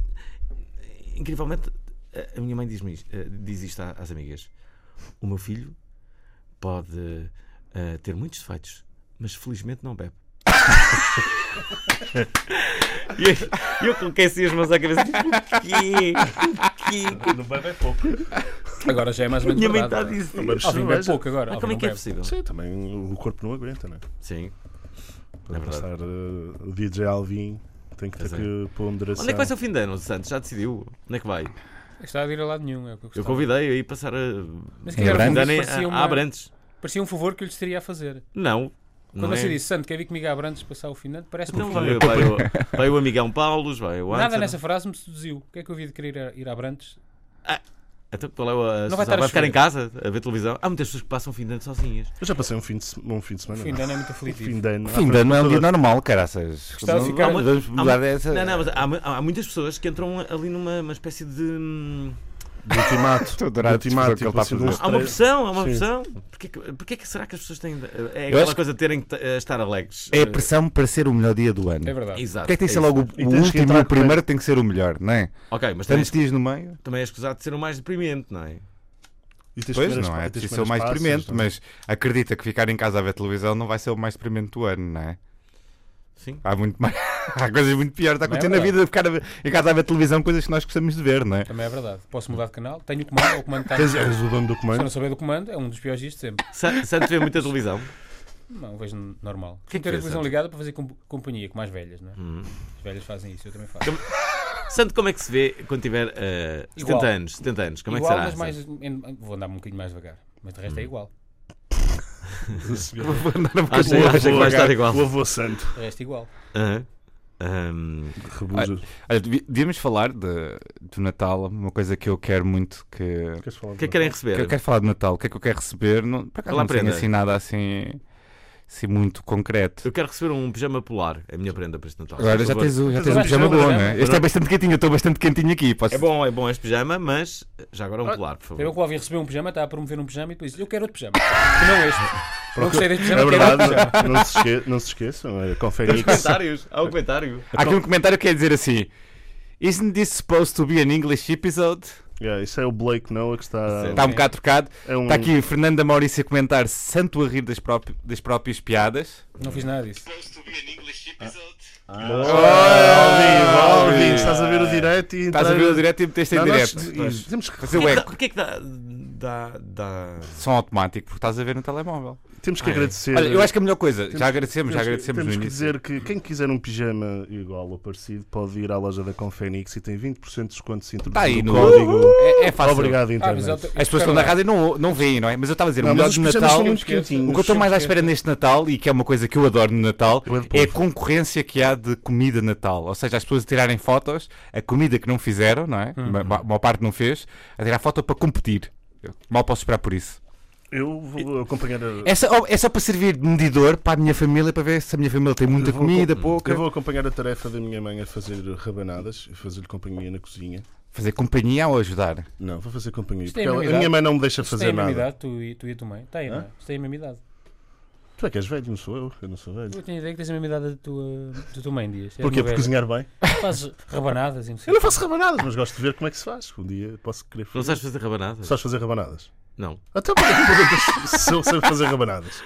B: incrivelmente, a- a minha mãe diz-me isto, eh, diz isto à- às amigas: O meu filho pode eh, ter muitos defeitos, mas felizmente não bebe. E eu, eu coloquei assim as mãos à cabeça: Porquê? Porquê?
C: Não bebe é pouco.
D: Agora já é mais ou menos
B: Minha mãe está a
D: verdade, não é?
B: dizer.
C: Bebes
D: Alvin bebe
C: cerveja.
D: pouco agora.
B: Mas
D: Alvin
B: como é
D: não
B: que é
D: bebe.
B: possível?
C: Sim, também o corpo não aguenta, né?
B: Sim.
C: Para
B: É verdade.
C: passar eh, o DJ Alvin, tem que ter
B: Pois é.
C: que pôr um moderação.
B: Onde é que vai ser o fim de ano, Santos? Já decidiu? Onde é que vai?
D: Está a ir a lado nenhum, é o que eu
B: Eu
D: gostava.
B: convidei aí passar a.
D: Mas
A: É
D: se
A: Abrantes?
D: calhar o
B: Ainda
D: Fernando
B: nem-
D: parecia,
B: a
D: uma-
B: Abrantes.
D: parecia um favor que eu lhes teria a fazer.
B: Não.
D: Quando
B: não é.
D: você disse, Santo, quer vir comigo a Abrantes passar o final? Parece-me
B: Não
D: um
B: vai,
D: favor.
B: vai, o, vai o amigão Paulos, vai o
D: Nada
B: Anderson.
D: nessa frase me seduziu. O que é que eu vi de querer ir a- ir a Abrantes?
B: Então, qual é o- a
D: Não
B: Susana?
D: vai estar a
B: vai ficar
D: chover.
B: em casa a ver televisão. Há muitas pessoas que passam o fim de ano sozinhas.
C: Eu já passei um fim de, se- um fim de
D: O
C: semana.
D: fim de ano é muito
C: não. fim
D: aflitivo.
C: de ano.
A: Fim de ano é um dia normal, caraças.
D: Gostava de ficar-
A: Vamos mudar dessa.
B: Não, não, mas há, mu- há muitas pessoas que entram ali numa uma espécie de. hum,
C: Do ultimato.
A: Estou adorado
C: Do ultimato,
A: porque ele está a
C: tipo assim,
A: fazer.
C: de um
B: Há uma
C: stress.
B: pressão, há uma
C: Sim.
B: pressão. Porquê, que- porquê que será que as pessoas têm. de- É
A: Eu
B: aquela
A: acho-
B: coisa de terem que t- eh, estar alegres.
A: É
B: Eh,
A: a pressão para ser o melhor dia do ano.
D: É verdade.
B: Exato.
A: Porque é que tem que ser
B: isso.
A: logo o, o
C: E tens que
A: último e
C: entrar
A: o primeiro tem que ser o melhor, não é?
B: Ok, mas também,
A: Estamos dias no meio.
B: também é escusado de ser o mais deprimente, não é?
C: E tens
A: Pois,
C: primeiras-
A: não
C: e
A: é
C: tens
A: preciso ser o
C: primeiras
A: mais
C: passas,
A: deprimente,
C: não é?
A: mas acredita que ficar em casa a ver televisão não vai ser o mais deprimente do ano, não é?
B: Sim.
A: Há, muito mais... Há coisas muito piores a
D: Não é
A: acontecer na
D: verdade.
A: vida de ficar a ver- em casa a ver televisão, coisas que nós gostamos de ver, não é?
D: Também é verdade. Posso mudar de canal? Tenho o comando, é o comando está.
C: Tens,
D: Se
C: és o dono do
D: eu
C: comando.
D: não souber do comando, é um dos piores dias de sempre.
B: Sa- Santos vê muita televisão.
D: Não, vejo normal.
B: que
D: Tem que ter a
B: fez,
D: televisão
B: Santo?
D: ligada para fazer comp- companhia com mais velhas, não é? As velhas fazem isso, eu também faço.
B: Hum. Santo, como é que se vê quando tiver eh, 70
D: Igual.
B: anos? 70 anos, como
D: igual,
B: é que
D: mas
B: será?
D: mais.
B: Santos?
D: em- Vou andar um bocadinho mais devagar. Mas de resto é igual.
A: Vou andar um
B: Acho,
A: bocadinho.
B: acho que vai estar igual.
C: O avô santo.
D: De resto é igual.
B: Aham. Ahm,
C: Rebuja.
A: Olha, devi- devíamos falar de, do Natal, uma coisa que eu quero muito que.
C: Queres falar
B: o que é que
C: do-
B: querem
A: que eu
B: receber?
A: quero falar de Natal, o que é que eu quero receber? Não, por acaso
B: Olá,
A: não tenho
B: prenda.
A: assim nada assim, assim muito concreto.
B: Eu quero receber um pijama polar, é a minha prenda para este Natal.
A: Agora
B: Por
A: já
B: favor.
A: tens, o- já tens
D: um
A: um pijama
D: pijama,
A: bom,
D: não
A: não
D: é?
A: é? Este é bastante quentinho, eu estou bastante quentinho aqui. Posso...
B: É bom, é bom este pijama, mas já agora um
D: Ah,
B: polar, por
D: Eu
B: favor.
D: que o Alvin recebeu um pijama, está a promover um pijama e depois diz, eu quero outro pijama. que não é este. Não gostei deste pijama,
C: É
D: quero outro pijama.
C: verdade, não se, esque... não se esqueçam. é, Confere
B: Comentários, há um comentário.
A: Há aqui um comentário que quer dizer assim: Isn't this supposed to be an English episode?
C: Yeah, isso é o Blake Noah que está.
D: Tá
A: Está um bocado trocado.
C: É um...
A: Está aqui Fernanda Maurício a comentar santo a rir das, próp- das próprias piadas.
D: Não fiz nada disso.
C: Ah, ao vivo, ao vivo. Estás a ver o direto e.
A: Estás a ver o direto e meteste em
C: Não, nós-
A: direto.
C: nós Temos que,
A: Fazer o eco.
B: O que é que dá. dá, dá...
A: Som automático, porque estás a ver no telemóvel.
C: temos que agradecer.
A: Olha, eu acho que a melhor coisa, já agradecemos,
C: É. temos,
A: já agradecemos no
C: temos que
A: início.
C: dizer que quem quiser um pijama igual ou parecido pode ir à loja da Confenix e tem 20% de desconto se
A: Está Tá aí
C: introduzir o
A: no
C: código.
A: É, é fácil.
C: Obrigado,
D: Ah, mas
C: internet.
D: eu te-
A: As pessoas que estão na
D: espera lá.
A: rádio não, não veem, não é? Mas eu estava a dizer, o
C: Não,
A: melhor
C: mas os
A: do
C: pijamas
A: Natal.
C: são muito
D: esquece.
A: O que eu
C: quentinhos.
A: estou mais à espera neste Natal, e que é uma coisa que eu adoro no Natal,
C: Eu é de
A: é a
C: polvo.
A: concorrência que há de comida de Natal. Ou seja, as pessoas a tirarem fotos, a comida que não fizeram, não é?
C: Uhum.
A: Ma- ma- Uma parte não fez, a tirar foto para competir. Eu mal posso esperar por isso.
C: Eu vou acompanhar a.
A: É só, oh, é só para servir de medidor para a minha família, para ver se a minha família tem muita
C: vou-
A: comida,
C: Eu
A: pouca.
C: vou acompanhar a tarefa da minha mãe a fazer rabanadas, fazer-lhe companhia na cozinha.
A: Fazer companhia ou ajudar.
C: Não, vou fazer companhia.
D: é
C: Porque ela- a
D: imunidade.
C: minha mãe não me deixa
D: Isto é tem
C: fazer
D: a mesma
C: nada.
D: idade, tu e, tu e a tua mãe. Está aí, não é? Isto tem a mesma idade.
C: Tu é que és velho, não sou eu, eu não sou velho.
D: Eu tenho a ideia que tens a mesma idade da tua, da tua mãe, Dias. És
C: Porquê?
D: uma
C: Por
D: velha.
C: cozinhar bem?
D: Fazes rabanadas e não sei.
C: Eu não faço rabanadas, mas gosto de ver como é que se faz. Um dia posso querer
B: Não
C: fazer.
B: sabes fazer rabanada?
C: Sabes fazer rabanadas?
B: Não.
C: Até para que perguntas se eu sei fazer rabanadas.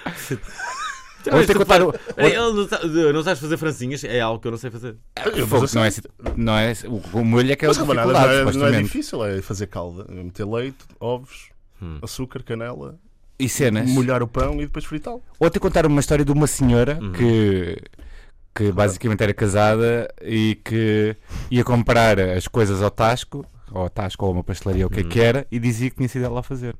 C: Então,
A: Vamos ter que contar o-
B: Ei, É, ele não, sa- não sabes fazer francinhas? É algo que eu não sei fazer.
C: Eu,
A: Fogo,
C: mas eu
A: não é,
C: sei.
A: assim- não é, o, o molho é que é a
C: Mas rabanadas não é,
A: dificuldade,
C: não é
A: supostamente.
C: difícil, é fazer calda, é meter leite, ovos,
D: Hum.
C: açúcar, canela,
A: e cenas.
C: molhar o pão e depois fritá-lo.
A: Ontem contaram uma história de uma senhora que, que basicamente era casada e que ia comprar as coisas ao Tasco, ou ao Tasco ou a uma pastelaria, ou o que é que era, e dizia que tinha sido ela a fazer.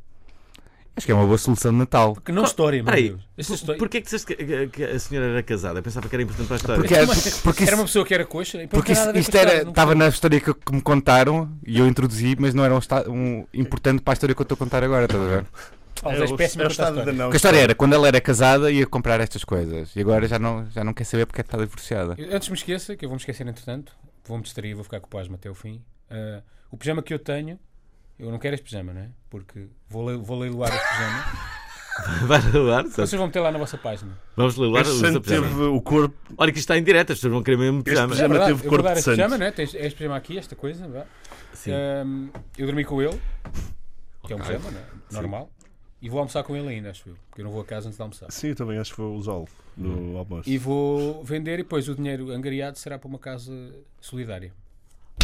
A: Acho que é uma boa solução de Natal.
D: Que não história, meu
B: Espera aí,
D: Deus. Esta história.
B: Porquê é que disseste que- que, que a senhora era casada? Eu pensava que era importante para a história.
A: Porque, porque,
D: Era
A: isso,
D: uma pessoa Então, que era coxa. e depois
A: porque
D: não tem
A: isso,
D: nada a ver
A: isto
D: com
A: era,
D: história,
C: tá-
D: não-
A: estava na história que, que me contaram e eu introduzi, mas não era um, esta- um importante para a história que eu estou a contar agora, estás a ver?
D: Ah, mas és
C: o-
D: péssimo
C: é
D: a
C: o
D: contar
C: estado
D: histórias.
C: da não.
A: Porque a história era, quando ela era casada ia comprar estas coisas e agora já não, já não quer saber porque é que está divorciada.
D: Eu- Antes me esqueça, que eu vou me esquecer entretanto, vou-me distrair, vou ficar com o pasmo até o fim. Ah, o pijama que eu tenho, eu não quero este pijama, não é? Porque vou, le- vou leiloar este pijama. Então,
B: Vai levar?
D: Vocês vão meter lá na vossa página.
B: Vamos levar
C: Este
B: o
C: santo
B: pijama.
C: teve o corpo.
B: Olha que isto está em direto, as pessoas vão querer mesmo pijama.
C: pijama-
D: É Verdade,
C: teve
D: eu
C: corpo
D: vou dar
C: de
D: este
C: santo.
D: pijama, não é? Tens este pijama aqui, esta coisa. vá.
B: Sim.
D: Ahm, eu dormi com ele, que é um pijama, não é? Normal. E vou almoçar com ele ainda, acho eu. Porque eu não vou a casa antes de almoçar.
C: Sim, eu também acho que vou usá-lo
A: Uhum.
C: no almoço.
D: E vou vender e depois o dinheiro angariado será para uma casa solidária.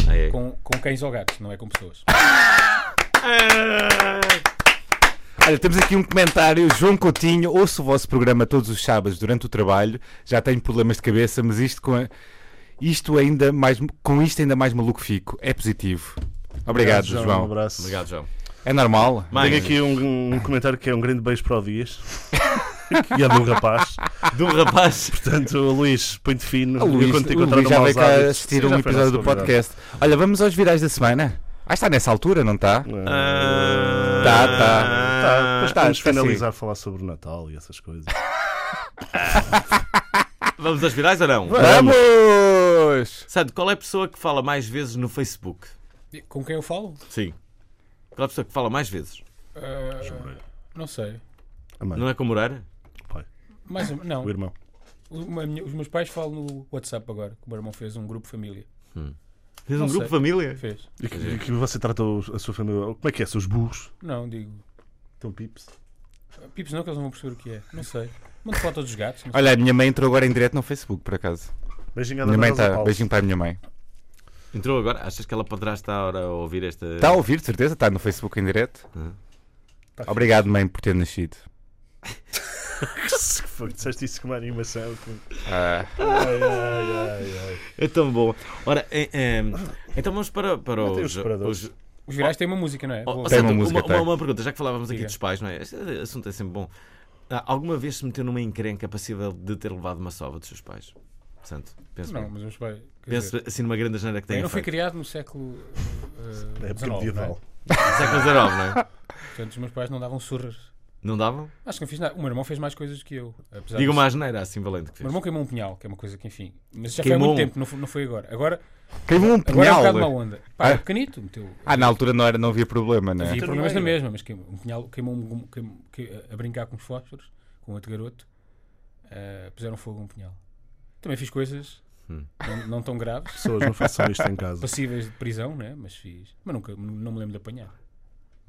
B: Ah, é.
D: Com, com cães ou gatos, não é com pessoas.
A: Olha, temos aqui um comentário. João Coutinho, ouço o vosso programa todos os sábados durante o trabalho. Já tenho problemas de cabeça, mas isto com a- isto ainda mais com isto ainda mais maluco fico. É positivo. Obrigado, João.
C: Um abraço.
B: Obrigado, João.
A: É normal.
B: Mais.
C: Tenho aqui um, um comentário que é um grande beijo para o Dias. e é do rapaz.
B: De um rapaz.
C: Portanto, Luís, põe-te fino.
A: O Luís,
C: eu quando te
A: o
C: encontrar
A: Luís
C: no
A: já
C: Maus
A: veio cá
C: Hábitos-
A: assistir
C: Sim,
A: a um
C: já foi
A: episódio
C: nosso
A: do
C: convidado.
A: podcast. Olha, vamos aos virais da semana. Ah, está nessa altura, não está?
B: Ah,
A: Tá, tá.
C: Tá, depois
A: Tá,
C: podemos
A: está
C: finalizar a falar sobre o Natal e essas coisas.
B: Vamos aos virais ou não?
A: Vamos!
B: Santo, qual é a pessoa que fala mais vezes no Facebook?
D: E Com quem eu falo?
B: Sim. Qual é a pessoa que fala mais vezes?
D: Ah, não sei.
C: A mãe,
B: Não é com o Moreira?
D: Mais ou- não.
C: o irmão.
D: O- uma- minha- os meus pais falam no WhatsApp agora, que o meu irmão fez um grupo família.
B: Tens um
D: Não
B: grupo
D: sei.
B: família?
D: Fez?
C: E que, e que você trata os- a sua família. Como é que é? Seus burros?
D: Não, digo.
C: Estão pips?
D: Pips não, que eles não vão perceber o que é. Não sei. Mando foto dos gatos. não sei.
A: Olha, a minha mãe entrou agora em direto no Facebook, por acaso.
C: Beijinho à
A: Minha mãe
C: Rosa
A: tá...
C: Paulo.
A: Beijinho para a minha mãe.
B: Entrou agora? Achas que ela poderá estar a ouvir esta.
A: Está Tá a ouvir, de certeza? Está no Facebook em direto?
B: Hum.
D: Tá
A: Obrigado, mãe, por ter nascido.
C: Que foi? Disseste isso com uma animação.
A: Ah.
C: Ai, ai, ai, ai.
B: É tão bom. Ora, é, é, então vamos para, para
C: Não tem
B: os.
C: os separadores.
B: os-
D: Os virais têm uma música, não é?
B: ó,
C: Oh.
D: Vou-
B: ó,
A: Tem uma
B: Santo,
A: música,
B: uma,
A: tem.
B: uma pergunta, já que falávamos aqui
D: Diga.
B: dos pais, não é? Este assunto é sempre bom. Ah, Alguma vez se meteu numa encrenca passível de ter levado uma sova dos seus pais? Santo, penso,
D: não, mas os pais. quer
B: penso
D: dizer,
B: assim numa grande asneira que tem.
D: eu não fui criado no século eh,
C: É época
D: 19, não
C: medieval.
D: é?
B: Século XIX, não é?
D: Portanto, os meus pais não davam surras.
B: Não davam?
D: Acho que não fiz nada. O meu irmão fez mais coisas que eu. Apesar
B: Diga
D: de-
B: uma asneira assim valente que
D: O meu
B: fez.
D: irmão queimou um punhal, que é uma coisa que, enfim. Mas já
B: Queimou
D: foi há
B: um?
D: muito tempo, não foi, não foi agora. Agora,
A: Queimou um
D: agora é um
A: punhal.
D: bocado uma onda. Pá,
A: Ah.
D: é pequenito, meteu.
A: ah, na altura não, era, não havia problema, né?
D: Havia
C: Então
D: problemas
C: não
D: na
C: é.
D: mesma, mas queimou, um punhal, queimou, um- um- queimou- que- a brincar com os fósforos, com outro garoto, ah, puseram fogo a um punhal. Também fiz coisas não, não tão graves,
C: Pessoas, não façam isto em casa.
D: passíveis de prisão, né? mas fiz. Mas nunca, não me lembro de apanhar.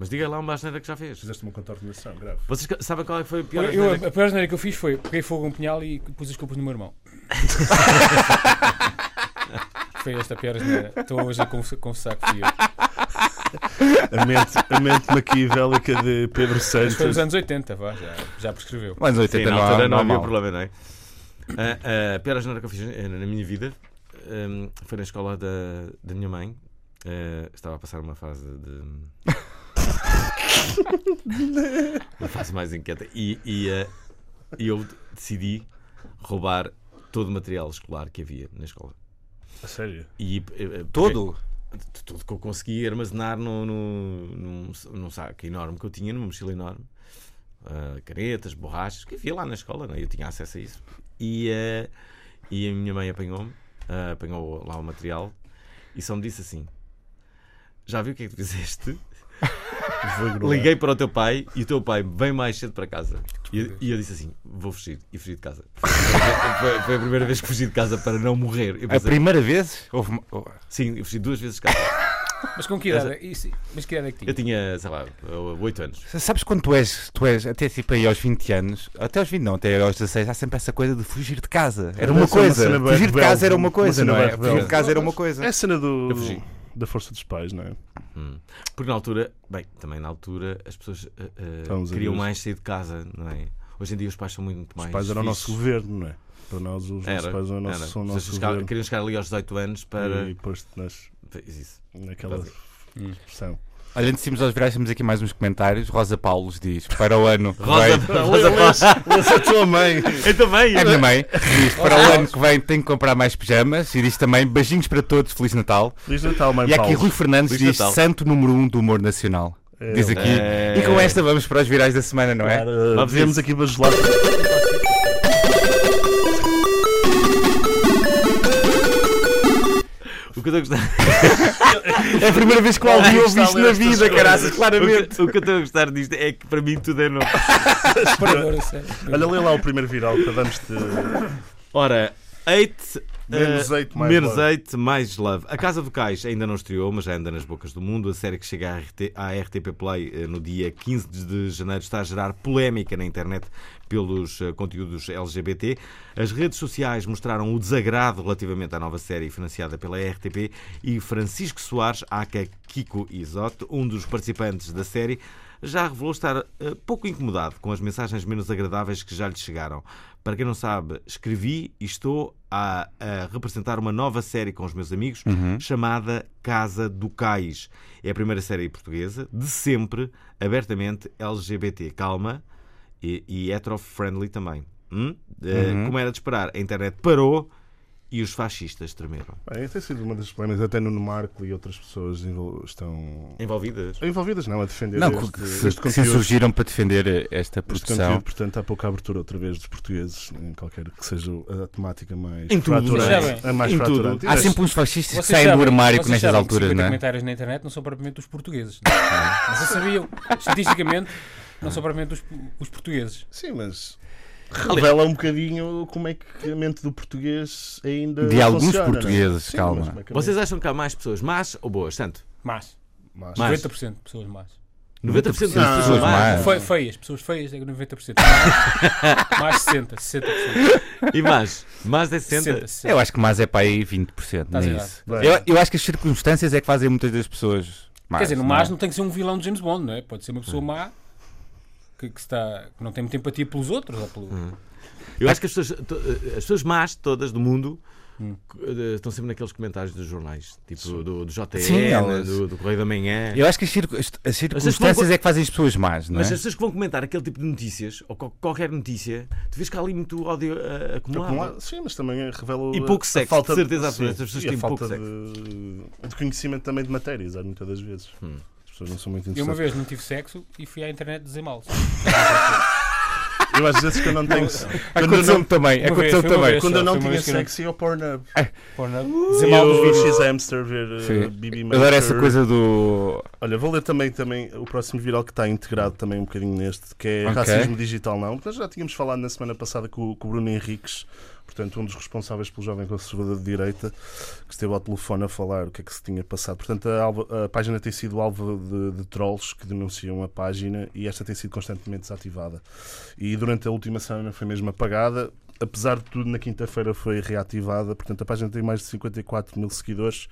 B: Mas diga lá uma asneira que já fez.
C: Fizeste uma contornação grave.
B: Vocês ca- sabem qual é que foi a pior
D: Eu, eu-
B: asneira?
D: a pior maneira que eu fiz foi peguei fogo a um punhal e pus as culpas no meu irmão. foi esta a pior maneira. Estou hoje a conf- confessar que fui eu.
C: A mente, a mente maquiavélica de Pedro
D: Mas foi
C: Santos.
D: nos anos 80, vá, já, já prescreveu.
A: Mas nos
B: Sim,
A: 80
B: na
A: não,
B: altura
A: há-
B: não
A: não há
B: havia
A: mal.
B: problema, não é? A, a pior asneira que eu fiz eh, na minha vida ehm, foi na escola da, da minha mãe. Eh, estava a passar uma fase de. uma fase mais inquieta. E, e, eh, e eu decidi roubar todo o material escolar que havia na escola.
C: A sério.
B: E, eh, eh,
A: Todo?
B: de tudo que eu consegui armazenar no, no, num, num saco enorme que eu tinha, numa mochila enorme. Ah, canetas, borrachas, que havia lá na escola, né? eu tinha acesso a isso. E, ah, e a minha mãe apanhou-me, ah, apanhou lá o material e só me disse assim: Já viu o que é que tu fizeste?
C: Vou ignorar.
B: Liguei para o teu pai e o teu pai vem mais cedo para casa. E, e eu disse assim: Vou fugir. E fugi de casa. Foi, foi a primeira vez que fugi de casa para não morrer. Eu
A: A
B: pensei,
A: primeira vez? Houve... uma-
B: Sim, eu fugi duas vezes de casa.
D: Mas com que idade? Isso- mas que idade é que
B: Eu
D: tinha?
B: tinha, sei lá, 8 anos.
A: Sabes quando tu és, tu és até tipo aí aos 20 anos, até aos 20 não, até aos 16, há sempre essa coisa de fugir de casa. Era uma
C: Uma
B: é
C: cena
A: coisa.
C: bem
A: Fugir de
C: rebelde,
A: casa era uma
C: uma
A: coisa,
C: cena
A: não é?
C: bem
A: Fugir de
C: rebelde.
A: casa era uma
C: É
A: coisa.
C: a cena do,
B: Eu fugi.
C: da força dos pais, não é?
B: Porque na altura, bem, também na altura as pessoas eh, eh,
C: Estávamos a
B: queriam
C: ver.
B: mais sair de casa, não é? Hoje em dia os pais são muito mais.
C: Então, Os pais eram o nosso
B: fixos.
C: governo, não é? Para nós, os nossos
B: Era,
C: pais eram o
B: era.
C: nosso, são o
B: As
C: nosso
B: pessoas chegavam-
C: governo.
B: queriam chegar ali aos 18 anos para.
C: E depois nas,
B: Fez Isso.
C: naquela
A: Tá
B: Fazer.
C: expressão.
A: Olha, antes de irmos aos virais, temos aqui mais uns comentários. Rosa Paulos diz: para o ano. que
B: Rosa
A: vem-
C: Mas a tua mãe!
B: Eu também!
A: É a minha mãe. Diz: para o ano que vem tenho que comprar mais pijamas. E diz também: beijinhos para todos, Feliz Natal.
C: Feliz Natal, mãe
A: E aqui é
C: Paulo.
A: Rui Fernandes
B: Feliz
A: diz:
B: Natal.
A: santo número um do humor nacional.
C: É,
A: Diz aqui.
B: É.
A: E com esta vamos para os virais da semana, não é?
C: Claro,
B: Vamos
C: viemos
B: isso.
C: aqui bajular.
B: O que eu estou a gostar,
A: É a primeira vez que o Aldi ouve isto na vida, caraças,
B: o
A: claramente.
B: que, o que eu estou a gostar disto é que para mim tudo é novo.
D: Agora sei.
C: Olha, lê lá o primeiro viral que damos-te.
B: Ora, 8.
C: Menos eight, mais
B: menos
C: love.
B: eight, mais love. A Casa Vocais ainda não estreou, mas já anda nas bocas do mundo. A série que chega à, RT à RTP Play eh, no dia 15 de janeiro está a gerar polémica na internet pelos eh, conteúdos LGBT. As redes sociais mostraram o desagrado relativamente à nova série financiada pela RTP e Francisco Soares, aka Kiko Isote, um dos participantes da série, já revelou estar eh, pouco incomodado com as mensagens menos agradáveis que já lhe chegaram. Para quem não sabe, escrevi e estou a, a representar uma nova série com os meus amigos chamada Casa do Cais. É a primeira série portuguesa de sempre abertamente LGBT. Calma e, e hetero-friendly também. Hum? Eh, Como era de esperar, a internet parou e os fascistas tremeram.
C: Bem, tem sido uma das polémicas, até Nuno Marco e outras pessoas envol- estão
B: Envolvidas.
C: envolvidas, não, a defender
A: Não,
C: este,
A: que se,
C: este
A: que se
C: conteúdo.
A: surgiram para defender esta
C: Este
A: produção.
C: conteúdo, portanto, há pouca abertura outra vez dos portugueses, em qualquer que seja a temática mais
B: Em tudo,
D: mas
C: fraturante.
D: já
C: A mais
B: em tudo.
C: fraturante.
A: Há
C: E
A: sempre uns fascistas que
D: Vocês
A: saem do
D: sabem-
A: armário
D: vocês
A: nestas
D: sabem que
A: alturas,
D: 50
A: não é?
D: comentários na internet não são propriamente os portugueses. não é? Mas eu sabia, estatisticamente, não são propriamente os, os portugueses.
C: Sim, mas revela um bocadinho como é que a mente do português ainda
A: De alguns
C: funciona, não é?
A: portugueses,
C: Sim,
A: calma.
C: mas como é que a
B: Vocês acham que há mais pessoas más ou boas? Tanto.
D: Mas,
C: mente-
B: Mas-
D: 90% de pessoas más.
B: 90% das pessoas
C: Não,
B: são
A: mais.
B: más.
D: Fe- feias, pessoas feias é 90%. Mais, mais 60%, 60%.
B: E mais? Mais é
D: 60,
B: 60.
D: 60.
A: Eu acho que mais é para aí 20%.
D: Estás
A: nem
D: errado.
A: isso.
C: Bem.
A: Eu, eu acho que as circunstâncias é que fazem muitas das pessoas.
D: Quer dizer, no
A: não é? Hum.
D: mais não tem que ser um vilão de James Bond, não é? Pode ser uma pessoa má que, que está, que não tem muita empatia pelos outros. Ou pelo...
A: Hum,
B: Eu acho que as pessoas, to- eh, as pessoas más todas do mundo co- eh, estão sempre naqueles comentários dos jornais, tipo do, do JN,
A: Sim, elas-
B: do, do Correio da Manhã.
A: Eu acho que as, circu- as- as circunstâncias
B: vão-
A: é que fazem as pessoas más, não é?
B: Mas as pessoas que vão comentar aquele tipo de notícias, ou qual- qualquer notícia, tu vês que há ali muito ódio eh, acumulado.
C: Acumulado. Sim, mas também revela
B: E pouco
C: a
B: sexo,
C: falta
B: de certeza
C: sim,
B: absoluta, as pessoas
C: e a
B: têm pouco
C: falta de... de conhecimento também de matérias, há muitas das vezes.
A: Hum.
C: As pessoas não são muito
A: é
D: Eu uma
C: interessantes.
D: vez não tive sexo e fui à internet dizer mal.
C: Eu às vezes quando eu não tenho quando eu
A: Aconteceu-me
C: não,
A: também,
D: vez,
A: aconteceu
D: foi uma
A: também.
D: vez.
C: quando eu não
D: Foi uma
C: tinha
D: vez que eu não-
C: sexo ia ao Pornhub.
D: Pornhub.
C: E
D: Dizer mal dos
C: eu
D: vídeos.
C: X Hamster ver
A: Sim.
C: uh, BB
A: Eu adoro
C: Maker.
A: essa coisa do.
C: Olha, vou ler também, também o próximo viral que está integrado também um bocadinho neste, que é
A: Ok.
C: racismo digital não, porque nós já tínhamos falado na semana passada com, o- com o Bruno Henriques, portanto um dos responsáveis pelo jovem conservador de direita, que esteve ao telefone a falar o que é que se tinha passado. Portanto, a, alvo- a página tem sido alvo de, de trolls que denunciam a página e esta tem sido constantemente desativada. E durante a última semana foi mesmo apagada, apesar de tudo, na quinta-feira foi reativada, portanto a página tem mais de 54 mil seguidores.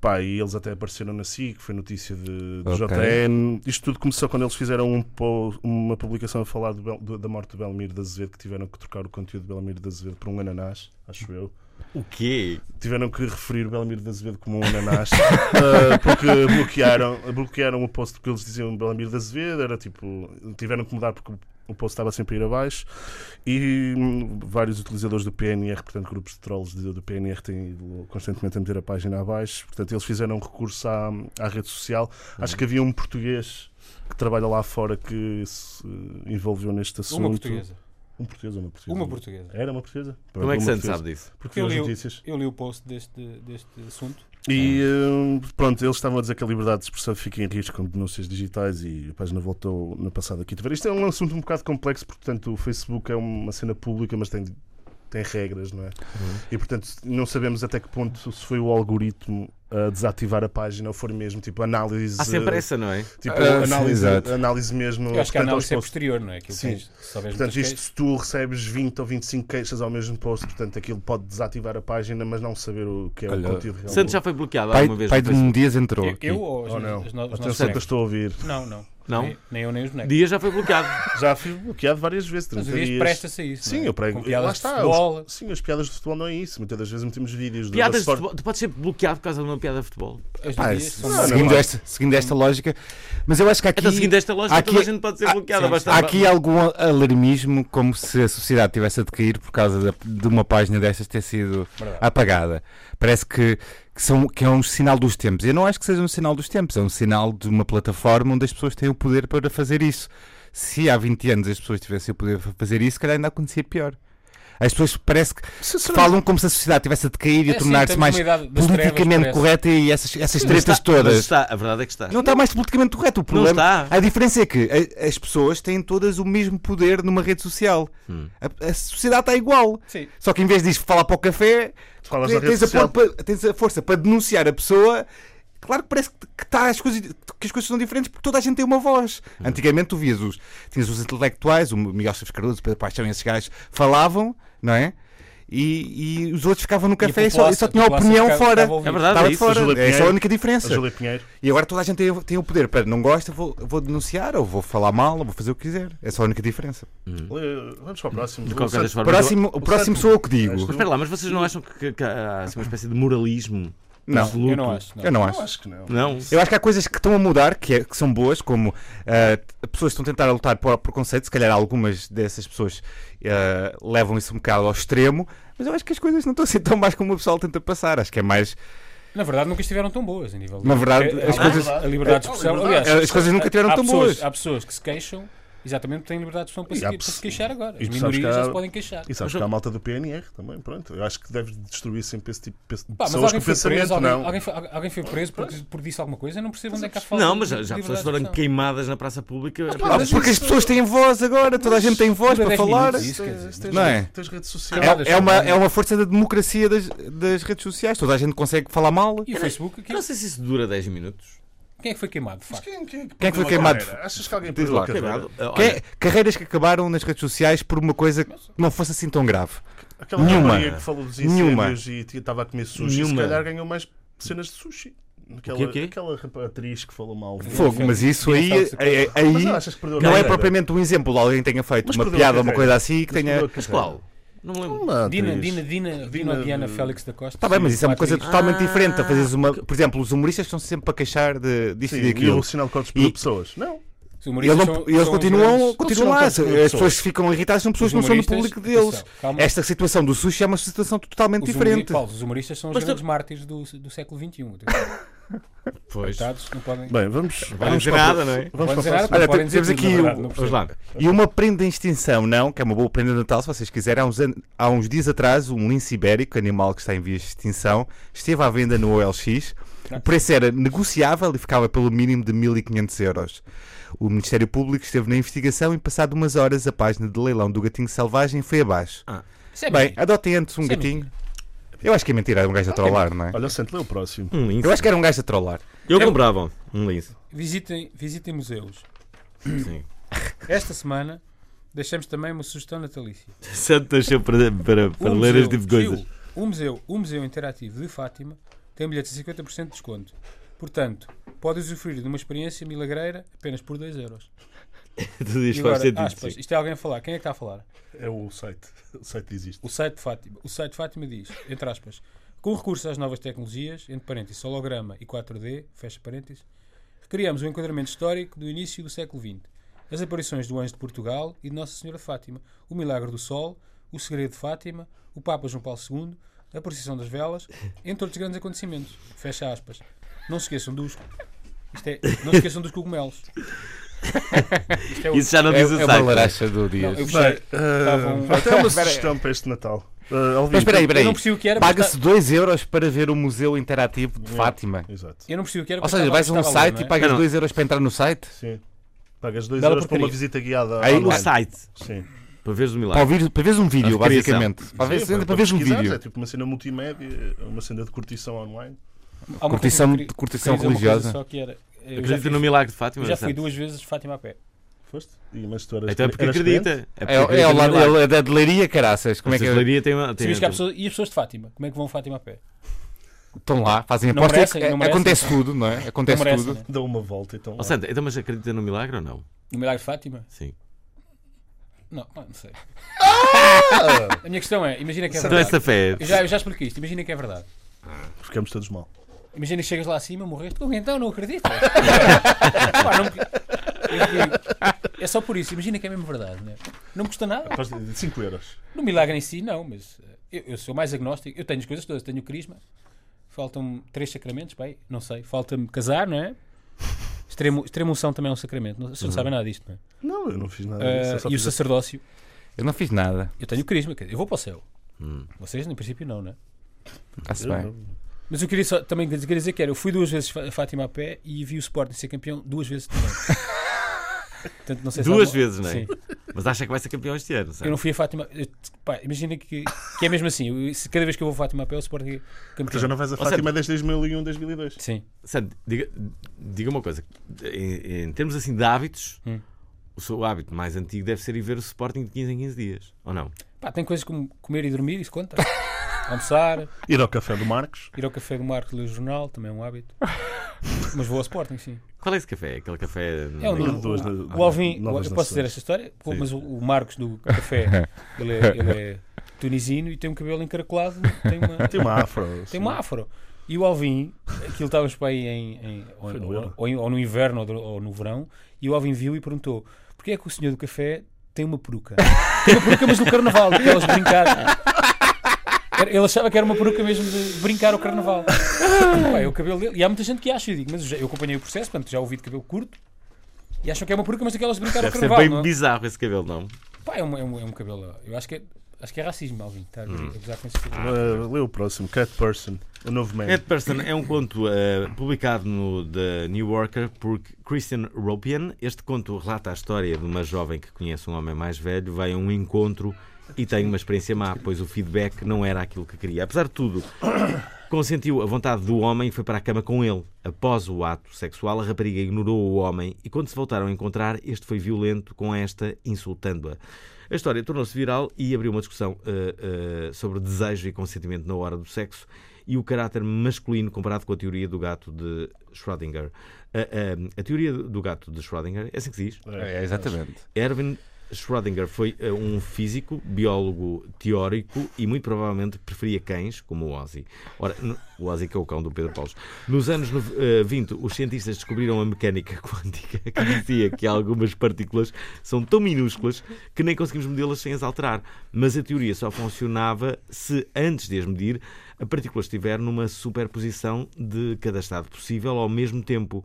C: Pá, e eles até apareceram na SIC, foi notícia de, do
A: Ok.
C: JN. Isto tudo começou quando eles fizeram um po- uma publicação a falar do Bel- do- da morte do Belmiro da Azevedo, que tiveram que trocar o conteúdo de Belmiro da Azevedo por um ananás, acho eu.
B: O quê?
C: Tiveram que referir o Belmiro da Azevedo como um ananás, eh, porque bloquearam, bloquearam o post porque eles diziam Belmiro da Azevedo, era tipo, tiveram que mudar porque o post estava sempre a ir abaixo e hum, vários utilizadores do PNR, portanto, grupos de trolls do, do PNR têm ido constantemente a meter a página abaixo. Portanto, eles fizeram um recurso à, à rede social.
D: Uhum.
C: Acho que havia um português que trabalha lá fora que se envolveu neste assunto.
D: Uma portuguesa.
C: Um português ou uma portuguesa?
D: Uma portuguesa.
C: Era uma portuguesa?
B: Como é que
C: Uma
B: Santos
C: portuguesa.
B: sabe disso?
C: Porque viu
D: Eu
C: as
D: li, um-
C: notícias.
D: o- eu li o post deste, deste assunto.
A: É.
C: E hum, pronto, eles estavam a dizer que a liberdade de expressão fica em risco com denúncias digitais e a página voltou na passada quinta-feira. Isto é um assunto um bocado complexo, porque, portanto, o Facebook é uma cena pública, mas tem, tem regras, não é?
A: Uhum.
C: E portanto, não sabemos até que ponto se foi o algoritmo a desativar a página ou for mesmo tipo análise.
B: Há sempre essa, não é?
C: Tipo,
A: Ah, sim,
C: análise,
A: exato.
C: análise mesmo.
D: Eu acho que a
C: portanto,
D: análise é
C: eles
D: posterior, não é? Aquilo
C: Sim.
D: Sim. Tens, se souberes
C: Portanto,
D: muitas
C: isto se tu recebes 20 ou 25 queixas ao mesmo post, portanto, aquilo pode desativar a página, mas não saber o que é
A: Olha,
C: o conteúdo real.
B: Santos já foi bloqueado
A: Pai,
B: alguma vez?
A: pai
B: no
A: de
B: Facebook?
A: um Dias entrou.
D: queixas.
A: aqui.
D: eu, eu ou as,
C: Ou não?
D: as no- os nossos
C: Atenção que eu
D: bonecos?
C: estou a ouvir.
D: Não, não.
B: Não?
D: Nem, nem eu, nem os bonecos.
B: Dias já foi bloqueado.
C: Já fui bloqueado várias vezes.
D: Mas
C: 30
D: o Dias
C: dias.
D: presta-se a isso.
C: Sim,
D: não é?
C: eu prego.
D: Com piadas
C: Lá está.
D: de futebol.
C: os- Sim, as piadas de futebol não é isso. Muitas das vezes metemos vídeos do-
B: Piadas
C: da
B: de
C: sorte.
B: futebol. Tu podes ser bloqueado por causa de uma piada de futebol.
D: As
A: Pá,
D: notícias
A: se-
D: são
C: não,
A: seguindo,
C: não.
A: esta, seguindo esta lógica, mas eu acho que há aqui,
B: Então, seguindo esta lógica,
A: há aqui-
B: toda a gente pode ser
A: há- Ah,
B: bloqueada. tá
A: sim,
B: basta
A: há aqui algum alarmismo, como se a sociedade tivesse a decair por causa da- de uma página destas ter sido apagada. Parece que, que são, que é um sinal dos tempos. Eu não acho que seja um sinal dos tempos, é um sinal de uma plataforma onde as pessoas têm o poder para fazer isso. Se há 20 anos as pessoas tivessem o poder para fazer isso, se calhar ainda acontecia pior. As pessoas parece que falam como se a sociedade tivesse a decair e
D: É
A: a
D: assim,
A: tornar-se
D: temos
A: mais
D: uma idade das trevas,
A: politicamente
D: parece.
A: correta e essas, essas
B: Mas
A: tretas
B: está- mas
A: todas.
B: está, a verdade é que está.
A: Não está mais politicamente correto. O problema.
B: está.
A: A diferença é que a- as pessoas têm todas o mesmo poder numa rede social. A, a sociedade está igual.
D: Sim.
A: Só que em vez disso falar para o café,
C: Falas na
A: tens,
C: rede
A: tens a
C: social.
A: por- pa- tens a força para denunciar a pessoa. Claro que parece que que tá as coisas, que as coisas são diferentes porque toda a gente tem uma voz. Antigamente tu vias os, tinhas os intelectuais, o Miguel Chaves Cardoso, o Pedro Paixão, esses gajos falavam, não é? E, e os outros ficavam no café e, só, e só
D: população-
A: tinham a
D: população
A: opinião
D: ficava-
A: fora.
D: ficava a ouvir.
B: É verdade,
A: Estava
B: é
A: de
B: isso.
A: fora.
C: A Júlia
A: É essa
C: Pinheiro-
A: a única
C: A
A: diferença.
C: Júlia Pinheiro.
A: E agora toda a gente tem, tem o poder para não gosta, vou, vou denunciar, ou vou falar mal, ou vou fazer o que quiser. É só a única diferença.
C: Eh, Vamos para o próximo.
B: De
C: O
B: qualquer
C: Santos-
B: das formas. eu-
A: Próximo, o próximo sou eu que digo.
B: Mas espera lá, mas vocês não acham que, que- que há assim, uma espécie de moralismo?
A: Não,
B: absoluto?
D: Eu não acho. não.
A: Eu não
C: Eu
A: acho.
C: acho que não.
B: Não?
A: Eu acho que há coisas que estão a mudar, que, é- que são boas, como ah, t- pessoas que estão a tentar lutar por preconceito, se calhar algumas dessas pessoas ah, levam isso um bocado ao extremo, mas eu acho que as coisas não estão a ser tão más como o pessoal tenta passar. Acho que é mais.
D: Na verdade, nunca estiveram tão boas a nível.
A: Na verdade,
D: Porque
A: as
D: a-
A: coisas-
D: A liberdade de expressão. Aliás,
A: As coisas nunca tiveram
D: há
A: tão
D: pessoas-
A: boas.
D: Há pessoas que se queixam, exatamente, têm liberdade de expressão para
C: E
D: se,
C: há
D: para se
C: pessoas-
D: queixar agora.
C: e
D: As
C: tu sabes
D: minorias
C: que há-
D: já se podem queixar.
C: E sabes
B: Mas
C: que há
B: eu-
C: malta do PNR também, pronto. Eu acho que deve destruir sempre esse tipo de pe- de
D: Pá, mas
C: pessoas com
D: alguém foi, preso,
C: pensamento,
D: alguém,
C: não.
D: alguém foi, alguém foi preso por, por disse alguma coisa, eu não percebo onde é que há falta.
B: Não, mas
D: de
B: já já
D: liberdade
B: pessoas
D: de
B: foram
D: expressão.
B: queimadas na praça pública.
A: Ah, porque as pessoas é têm voz agora, toda a gente tem voz
D: Dura
A: para
D: 10
A: falar.
D: minutos, é isso, quer dizer.
C: Tens,
A: Não é?
C: tens redes sociais.
D: É-
A: É uma, é uma força da democracia das, das redes sociais. Toda a gente consegue falar mal.
D: E o Facebook?
B: Eu
D: Quem, é
B: não sei se isso dura 10 minutos.
D: quem é que foi queimado, de
C: Mas
D: facto?
C: quem, quem,
A: Quem é que foi queimado?
C: Carreira? Achas que alguém
A: Diz
C: perdeu
A: lá.
C: a carreira?
B: Queimado. Ah,
A: Que-
B: olha,
A: carreiras que acabaram nas redes sociais por uma coisa que não fosse assim tão grave.
C: Aquela
A: Nenhuma.
C: rapariga que falou dos
A: Nenhuma.
C: incêndios e t- estava a comer sushi,
B: Nenhuma.
C: se calhar ganhou mais cenas de sushi. Aquela,
B: o quê?
C: aquela rapa- atriz que falou mal.
A: Fogo, mas isso aí, é- é-
C: Mas
A: aí
C: não achas que perdeu a
A: não é
C: carreira?
A: propriamente um exemplo de alguém que tenha feito
C: Mas
A: uma
C: perdeu a
A: piada ou uma
C: carreira.
A: coisa assim que tenha.
C: Mas
B: Mas qual? Não me lembro.
A: é
C: Uma
D: Dina,
C: atriz.
D: Dina, Dina, Dina,
C: Dina-
D: ou Diana Félix da Costa.
A: Está bem, mas isso é uma coisa
D: atriz.
A: totalmente
B: Ah,
A: diferente. a fazeres uma... Por exemplo, os humoristas estão sempre para queixar de, disto
C: Sim,
A: e
C: e o
A: daquilo.
C: sinal de cortes
A: E-
C: por pessoas. Não.
D: Os
A: E eles,
D: humoristas
A: não-
D: são-
A: e eles
D: são
A: continuam,
D: grandes-
A: continuam
C: Não
A: lá.
C: são
A: As
C: tantas pessoas.
A: pessoas que ficam irritadas são pessoas
D: Os
A: que não são do
D: humoristas-
A: público deles.
D: atenção, calma.
A: Esta situação do sushi é uma situação totalmente
D: Os humori-
A: diferente.
D: Paulo, os humoristas são os
B: Mas tu-
D: grandes mártires do, do século XXI.
B: Pois.
D: Coitados, não podem.
C: Bem, vamos.
B: Vai não dizer nada, não é?
D: não podem
C: Vamos
D: dizer
C: para a
D: nada,
C: próxima.
A: Olha,
D: podem
A: temos
D: dizer
A: aqui o-
D: tudo, na verdade, não
B: Vamos
D: percebo.
B: lá.
A: E uma prenda em extinção, não, que é uma boa prenda de Natal, se vocês quiserem. Há uns, an- há uns dias atrás, um lince ibérico, animal que está em vias de extinção, esteve à venda no OLX O preço era negociável e ficava pelo mínimo de 1.500 euros. O Ministério Público esteve na investigação e, passado umas horas, a página de leilão do gatinho selvagem foi abaixo.
D: Isso é
A: Bem,
D: mentira.
A: adotem antes um
D: Isso é
A: gatinho. Eu acho que é mentira, era um gajo a trollar, não é?
C: Olha, sente lê o próximo.
B: Um lince.
A: Eu acho que era um gajo a trollar.
B: Eu comprava um lince.
D: Visitem, visitem museus.
B: Sim.
D: Esta semana deixamos também uma sugestão natalícia.
B: Santo nasceu para, para, para
D: Um
B: ler
D: museu,
B: este tipo de coisas.
D: Gil, O museu, o museu Interativo de Fátima tem bilhetes a 50% de desconto. Portanto, pode usufruir de uma experiência milagreira apenas por 2 euros.
B: Tudo
D: E
B: isto faz
D: agora,
B: sentido.
D: aspas,
B: sim.
D: isto é alguém a falar. Quem é que está a falar?
C: É o site. O site existe.
D: O site de Fátima, o site de Fátima diz, entre aspas, com recurso às novas tecnologias, entre parênteses, holograma e 4D, fecha parênteses, recriamos um enquadramento histórico do início do século XX. As aparições do Anjo de Portugal e de Nossa Senhora de Fátima, o Milagre do Sol, o Segredo de Fátima, o Papa João Paulo II, a procissão das velas, entre outros grandes acontecimentos. Fecha aspas. Não se esqueçam dos... Isto é, não se esqueçam dos cogumelos. Isto é o-
B: Isso já não
A: É,
B: diz o
A: é uma
B: site.
A: laracha do dia.
D: eu gostei.
C: Bem, ah, até uma sugestão para este Natal. Ah, Alvin,
A: Mas espera aí, espera
D: Eu não
A: aí.
D: percebi o que era, mas tá- É.
A: Paga-se 2 euros para ver o Museu Interativo de Fátima.
C: Exato.
D: Eu não percebi o que era.
A: Ou
D: porque
A: seja,
D: estava-
A: vais a um
D: estava a ler,
A: site
D: não é?
A: e pagas
B: Não, não.
A: 2 euros para entrar no site?
C: Sim. Pagas 2
D: Bela
C: euros para uma
D: porcaria.
C: visita guiada
A: Aí,
B: No
C: online.
B: site.
C: Sim.
B: Para veres o
A: Para,
B: milagre.
A: ouvir, para veres um vídeo,
B: A recriação.
A: basicamente. Para veres,
C: Sim,
A: para, veres um
C: pesquisares,
A: vídeo.
C: É tipo uma cena multimédia, é uma cena de curtição online.
D: Há uma
A: Curtição-
D: coisa que eu queria-
A: curtição
D: queria dizer uma coisa
A: religiosa.
D: Só que era, eu já
B: Acredita
D: fui,
B: no milagre de Fátima?
D: eu já fui
B: Santo?
D: duas vezes de Fátima a pé.
C: Foste? E, mas tu eras,
B: Então é porque
C: eras
B: acredita.
C: crente?
B: É porque
A: É, é,
B: acredita
A: ao
B: no
A: lado-
B: milagre.
A: é da delaria, caraças. Como é que
B: Essa leiria tem uma. Tem, um
D: Sabias que há pessoas- e as pessoas de Fátima? Como é que vão a Fátima a pé?
A: Estão lá, fazem
D: Não
A: apostas.
D: merecem, não merecem,
A: Acontece
D: não.
A: tudo, não é? Acontece
D: não merece,
A: tudo.
D: né?
C: Dá uma volta então.
B: Ó, Santo, então, mas acredita no milagre ou não?
D: No Milagre de Fátima?
B: Sim.
D: Não, pá, não sei. a minha questão é, imagina que é
B: Então
D: verdade.
B: essa fé.
D: Eu já, eu já expliquei isto, imagina que é verdade.
C: Ficamos todos mal.
D: Imagina que chegas lá acima, morreste. Como então? Não acredito. Pá, não me- eu digo, é só por isso, imagina que é mesmo verdade. Né? Não me custa nada.
C: 5 euros.
D: No milagre em si, não, mas eh, eu, eu sou mais agnóstico. Eu tenho as coisas todas. Tenho o crisma, faltam-me três sacramentos, bem, não sei. Falta-me casar, não é? Extremo, extrema unção também é um sacramento. Não, vocês não sabem nada disto, não é?
C: Não, eu não fiz Uhum. nada
D: Eh,
C: disso. eu só
D: e o
C: fiz a-
D: sacerdócio,
A: Eu não fiz nada.
D: eu tenho o crisma, quer dizer, eu vou para o céu.
C: Hum.
D: Vocês, no princípio, não, não é?
A: Está-se
C: Eu
A: bem.
C: não.
D: Mas eu queria só, também queria dizer que era, eu fui duas vezes a Fátima a pé e vi o Sporting ser campeão duas vezes também. Portanto, não sei se há
B: Duas
D: alguma-
B: vezes, não é?
D: Sim.
B: Mas acha que vai ser campeão este ano,
D: Eu
B: sabe?
D: não fui a Fátima. eu- pá, imagina que, que é mesmo assim. eu- se cada vez que eu vou a Fátima a pé, o Sporting é
C: Tu
D: campeão.
C: já não vais a
B: Ó, Santo.
C: Fátima desde 2001, 2002.
D: Sim.
B: Santo, diga, diga uma coisa. Em, em termos assim de hábitos,
D: Hum.
B: o seu hábito mais antigo deve ser ir ver o Sporting de 15 em 15 dias, ou não?
D: Pá, tem coisas como comer e dormir, isso conta. Almoçar,
C: Ir ao café do Marcos.
D: ir ao café do Marco ler o jornal, também é um hábito. Mas vou ao Sporting, sim.
B: Qual é esse café? Aquele café.
D: É um
C: Nenhum
D: o-
C: de dois,
D: o-
C: né?
D: O Alvin,
C: Novas
D: eu posso dizer
C: Nações.
D: esta história, Pô,
B: Sim.
D: mas o, o Marcos do café, ele é, ele é tunisino e tem um cabelo encaracolado, tem uma,
C: Tem uma afro. assim.
D: tem uma afro. E o Alvin, aquilo estávamos para aí em, em- ou,
C: Foi no
D: ou-
C: Euro.
D: ou em- ou no inverno ou, do- ou no verão, e o Alvin viu e perguntou: porquê é que o senhor do café tem uma peruca? Tem uma peruca, mas do carnaval, daquelas brincadas. Era- Ele achava que era uma peruca mesmo de brincar o carnaval. Pá, é o cabelo dele. E há muita gente que acha, eu digo, mas eu já- eu acompanhei o processo, portanto já ouvi de cabelo curto. E acham que é uma peruca, mas daquelas de brincar ao
B: Deve ser
D: carnaval.
B: bem
D: não é?
B: bizarro esse cabelo, não?
D: Pá, é um, é um- é um cabelo. Eu acho que é, acho que é racismo, Alvin. Está a abusar com esse cabelo.
C: Hum. Ah, lê o próximo. Cat Person. O novo man.
B: Ed Person é um conto eh, publicado no The New Yorker por Christian Ropian. Este conto relata a história de uma jovem que conhece um homem mais velho, vai a um encontro e tem uma experiência má, pois o feedback não era aquilo que queria. Apesar de tudo, consentiu a vontade do homem e foi para a cama com ele. Após o ato sexual, a rapariga ignorou o homem e quando se voltaram a encontrar, este foi violento com esta, insultando-a. A história tornou-se viral e abriu uma discussão eh, eh, sobre desejo e consentimento na hora do sexo e o caráter masculino comparado com a teoria do gato de Schrödinger. A, a- a teoria do gato de Schrödinger, é assim que se diz?
A: É, exatamente.
B: Erwin Schrödinger foi eh, um físico, biólogo teórico e muito provavelmente preferia cães, como o Ozzy. Ora, n- o Ozzy que é o cão do Pedro Paulo. Nos anos no- eh, 20, os cientistas descobriram a mecânica quântica que dizia que algumas partículas são tão minúsculas que nem conseguimos medê-las sem as alterar. Mas a teoria só funcionava se, antes de as medir, a partícula estiver numa superposição de cada estado possível ao mesmo tempo.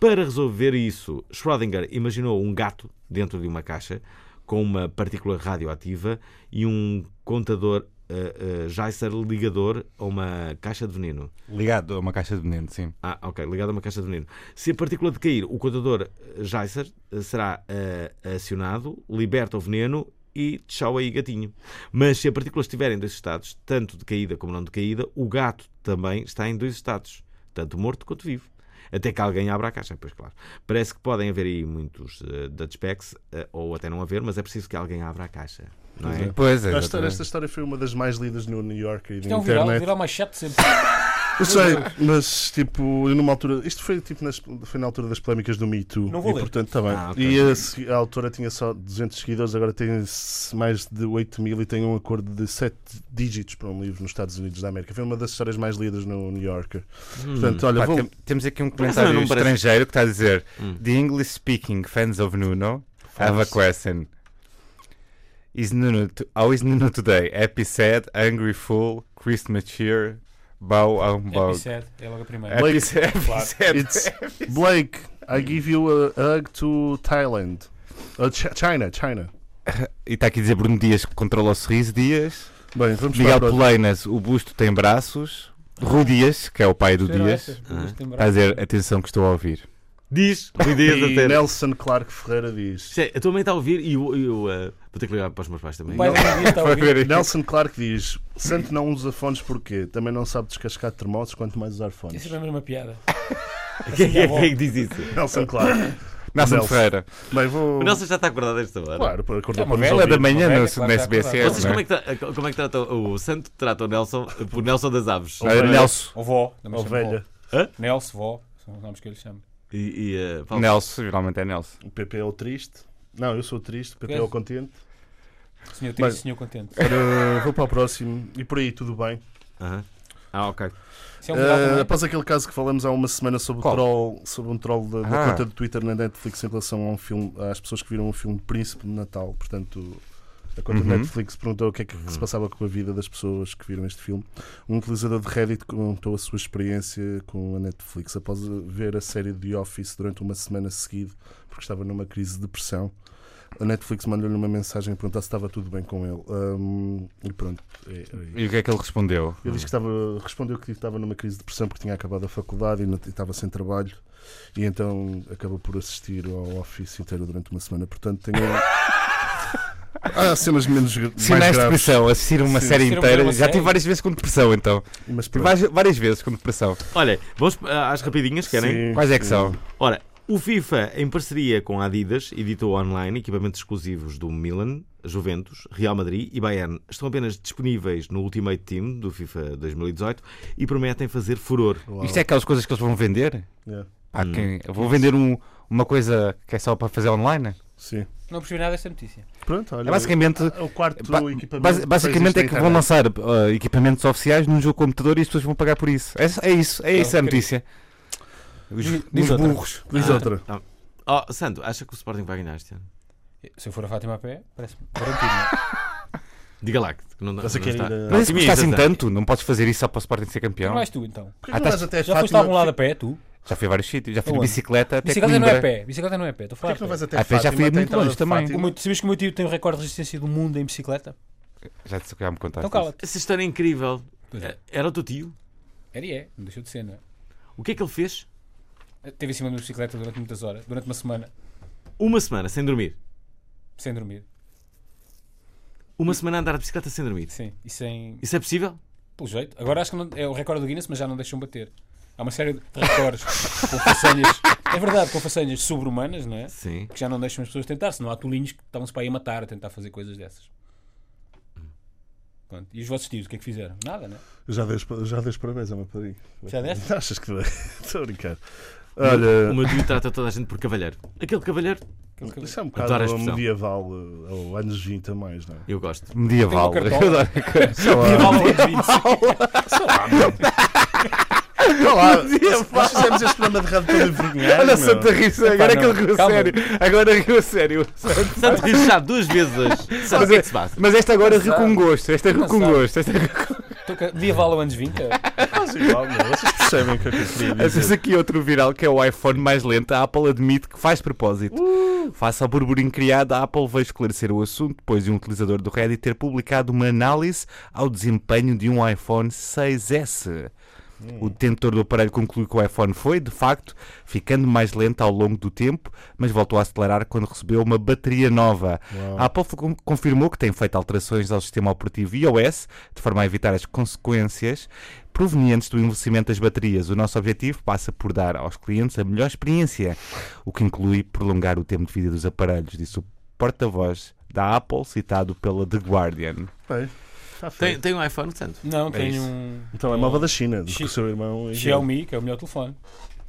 B: Para resolver isso, Schrödinger imaginou um gato dentro de uma caixa com uma partícula radioativa e um contador uh, uh, Jaiser ligador a uma caixa de veneno.
A: Ligado a uma caixa de veneno, sim.
B: Ah, ok, ligado a uma caixa de veneno. Se a partícula decair, o contador Jaiser será uh, acionado, liberta o veneno e tchau aí gatinho. Mas se a partícula estiver em dois estados, tanto decaída como não decaída, o gato também está em dois estados, tanto morto quanto vivo. Até que alguém abra a caixa, pois claro. Parece que podem haver aí muitos uh, Dutch packs, uh, ou até não haver, mas é preciso que alguém abra a caixa. Não é?
A: Pois é.
C: Esta, história-
A: exatamente.
C: esta história foi uma das mais lidas no New Yorker e
F: Isto é
D: Então,
C: na
F: um viral,
C: internet.
F: viral mais chato sempre.
C: Eu sei, mas tipo, eu numa altura. Isto foi, tipo, nas- foi na altura das polémicas do Me Too.
F: Não vou
C: e
F: ler.
C: portanto, tá bem.
B: Ah, ok.
C: E a, se- a autora tinha só 200 seguidores, agora tem s- mais de 8 mil e tem um acordo de 7 dígitos para um livro nos Estados Unidos da América. Foi uma das histórias mais lidas no New Yorker.
B: Hum.
C: Portanto, olha,
A: Pá,
C: vou.
A: tem- temos aqui um
F: é
A: comentário
B: não me parece-
A: estrangeiro que está a dizer:
B: Hum.
A: The English speaking fans of Nuno have a question. Is Nuno to- how is Nuno today? Happy, sad, angry, full, Christmas cheer, bow, um, bow.
F: Happy Sad, é logo a primeira.
A: Happy, sad, happy,
F: é
A: sad.
C: It's Blake, I give you a hug to Thailand. Uh, Ch- China, China.
A: E está aqui a dizer Bruno Dias que controla o sorriso Dias.
C: Bem, vamos
A: Miguel
C: para a próxima.
A: Poleinas, o busto tem braços. Rui Dias, que é o pai do
F: Era
A: Dias,
F: essa, mas lembrar.
A: está a dizer: atenção que estou a ouvir.
B: Diz, me diz
C: E
B: até.
C: Nelson Clark Ferreira diz.
B: Isto é, a tua mãe está a ouvir e eu, eu, eh, vou ter que ligar para os meus pais também.
F: O pai do Dias está a
A: Vai
F: ouvir.
A: ver aí.
C: Nelson Clark diz: Santo não usa fones porque também não sabe descascar termossos, quanto mais usar fones.
F: Isso é a mesma piada.
B: Quem, quem- quem é que diz isso?
C: Nelson Clark.
A: Nelson
C: Nelson.
A: Ferreira.
C: Bem, vou.
B: O Nelson já está acordado a esta hora.
C: Claro, para acordar
F: É
C: para
F: uma
C: nos
A: Ela é
C: ouvir.
A: da manhã
F: Ferreira,
A: no,
F: claro,
A: na
F: está acordado.
A: SBSS.
B: Vocês
A: não
B: como é, que tra- como é que tratam o Santo? Trata o Nelson por Nelson das Aves.
A: Ah,
C: Ovelha.
A: Nelson.
F: Ou vó, também chama
C: Ovelha.
F: vó. Nelson, vó, são os nomes que eu lhe chamo.
B: E, e, eh, Paulo,
A: Nelson, geralmente é Nelson.
C: O PP é o triste. Não, eu sou o triste, o PP é
F: Pois.
C: o contente.
F: Senhor
C: Bem.
F: triste, senhor contente.
C: Ora, vou para o próximo. E por aí, tudo bem.
B: Aham. Ah, ok.
F: Isso é um viral
C: Ah,
F: também.
C: após aquele caso que falamos há uma semana sobre, o
A: Qual?
C: troll, sobre um troll da, da
A: Ah.
C: conta do Twitter na Netflix em relação a um filme, às pessoas que viram o filme Príncipe de Natal. Portanto, a conta da
A: Uhum.
C: Netflix perguntou o que é que se passava com a vida das pessoas que viram este filme. Um utilizador de Reddit contou a sua experiência com a Netflix após ver a série The Office durante uma semana seguida, porque estava numa crise de depressão. A Netflix mandou-lhe uma mensagem a perguntar se estava tudo bem com ele. Ahm, e pronto. É- é
A: E o que é que ele respondeu?
C: ele disse que estava, respondeu que estava numa crise de depressão porque tinha acabado a faculdade e, não- e estava sem trabalho e então acabou por assistir ao ofício inteiro durante uma semana. Portanto, um- tenho. Há cenas menos gra- mais
A: Sinais de
C: graves.
A: é depressão, assistir uma
C: Sim.
A: série
F: Assistir uma-
A: inteira.
F: uma
A: Já
F: série?
A: tive várias vezes com depressão, então.
C: Mas
A: Tive
C: pronto.
A: várias, várias vezes com depressão.
B: Olha, vamos ah, às rapidinhas, querem?
C: Sim,
A: Quais é que
C: sim.
A: são?
B: Ora, o FIFA, em parceria com a Adidas, editou online equipamentos exclusivos do Milan, Juventus, Real Madrid e Bayern. Estão apenas disponíveis no Ultimate Team do FIFA 2018 e prometem fazer furor.
C: Uau.
A: Isto é aquelas coisas que eles vão vender?
C: É.
A: Pá, quem- eu Vou vender um- uma coisa que é só para fazer online?
C: Sim.
F: Não percebi nada desta notícia.
C: Pronto, olha.
A: É basicamente.
C: é o quarto
A: ba-
C: equipamento.
A: basi-
C: que
A: basicamente
C: existe
A: é
C: na
A: que vão lançar
C: internet.
A: ah, equipamentos oficiais num jogo de computador e as pessoas vão pagar por isso. É, é isso, é isso a
F: ok.
A: notícia. Os,
F: diz
A: os
F: outra.
A: burros.
C: Diz
B: Ah,
C: outra.
B: tá. Oh, Santo, acha que o Sporting vai ganhar este ano?
F: Se eu for a Fátima a pé, parece-me garantido. não é?
B: Diga lá que que não, não
C: Você quer ir
B: está.
C: a-
A: Mas isso custa
B: Otimista,
A: assim
B: Santo.
A: tanto, não podes fazer isso só para o Sporting ser
F: Não
A: campeão.
F: vais tu então.
A: Ah,
C: Porquê que não
A: tá-
C: vais até
F: Já foste a
C: Fátima?
F: algum lado a pé, tu?
A: Já fui a vários sítios, já fui de
F: Aonde?
A: bicicleta até
F: Bicicleta não é
A: Coimbra.
F: a pé, bicicleta não é a pé, estou a
C: Porquê
F: falar.
C: que não
F: a
C: vais até
A: Ah, pá, já
C: Fátima?
A: fui
C: até a
A: muito
C: entrada
A: longe
C: de
A: também.
F: pé. O
C: Fátima?
F: meu- Sabias que o meu tio tem o recorde de resistência do mundo em bicicleta?
A: Já disse o que já me contaste.
F: Então cala-te.
B: Essa história é incrível.
F: Pois é.
B: Era o teu tio?
F: Era e é, não deixou de ser, não é?
B: O que é que ele fez?
F: Teve em cima de uma bicicleta durante muitas horas, durante uma semana,
B: Uma semana sem dormir.
F: sem dormir.
B: Uma semana a andar de bicicleta sem dormir.
F: Sim, e sem.
B: Isso é possível?
F: Pelo jeito. Agora acho que não- é o recorde do Guinness, mas já não deixam bater. Há uma série de recordes com façanhas. É verdade, com façanhas sobre-humanas, não é?
B: Sim.
F: Que já não deixam as pessoas tentar, senão há tolinhos que estavam-se para aí a matar, a tentar fazer coisas dessas. Pronto. E os vossos tios, o que é que fizeram? Nada, né?
C: Já dei os- Já dei os parabéns ao meu padrinho.
F: Já deste?
C: Achas que. Estou a brincar. Olha.
B: O meu tio trata toda a gente por cavalheiro. Aquele cavalheiro,
F: Aquele que-
C: Isso é um
B: Adoro a
C: bocado
B: expressão.
C: medieval, eh, ou anos 20 a mais, não é?
B: eu gosto.
A: Medieval.
F: Tem uma cartola.
A: Eu
F: Medieval aos 20. um.
A: um.
C: Nós fizemos este programa de rádio todo envergonhado.
A: Olha
C: meu.
A: o Santa Rita, agora é que ele
F: não,
A: riu a
F: calma.
A: sério. Agora riu a sério.
B: Santo Rijo já duas vezes hoje. Sabe o que é que se passa?
A: Mas esta agora riu com gosto. Esta riu
F: Não
A: com
F: sabe.
A: gosto. Esta riu com-
D: Tô ca- Então, Via Vala anos 20.
C: Mas igual, meu, vocês percebem o que é que eu queria
A: Às vezes
C: dizer.
A: aqui outro viral que é o iPhone mais lento. A Apple admite que faz de propósito. Faça ao burburinho criado, a Apple veio esclarecer o assunto depois de um utilizador do Reddit ter publicado uma análise ao desempenho de um iPhone 6S. O detentor do aparelho concluiu que o iPhone foi, de facto, ficando mais lento ao longo do tempo, mas voltou a acelerar quando recebeu uma bateria nova. A Apple con- confirmou que tem feito alterações ao sistema operativo iOS, de forma a evitar as consequências provenientes do envelhecimento das baterias. O nosso objetivo passa por dar aos clientes a melhor experiência, o que inclui prolongar o tempo de vida dos aparelhos, disse o porta-voz da Apple, citado pela The Guardian.
C: Bem, está feito.
B: Tem, tem um iPhone, tanto.
D: Não, tenho
A: isso.
D: um
C: Um telemóvel da China, do que
D: Chi-
C: o seu irmão. e-
D: Xiaomi, que é o melhor telefone.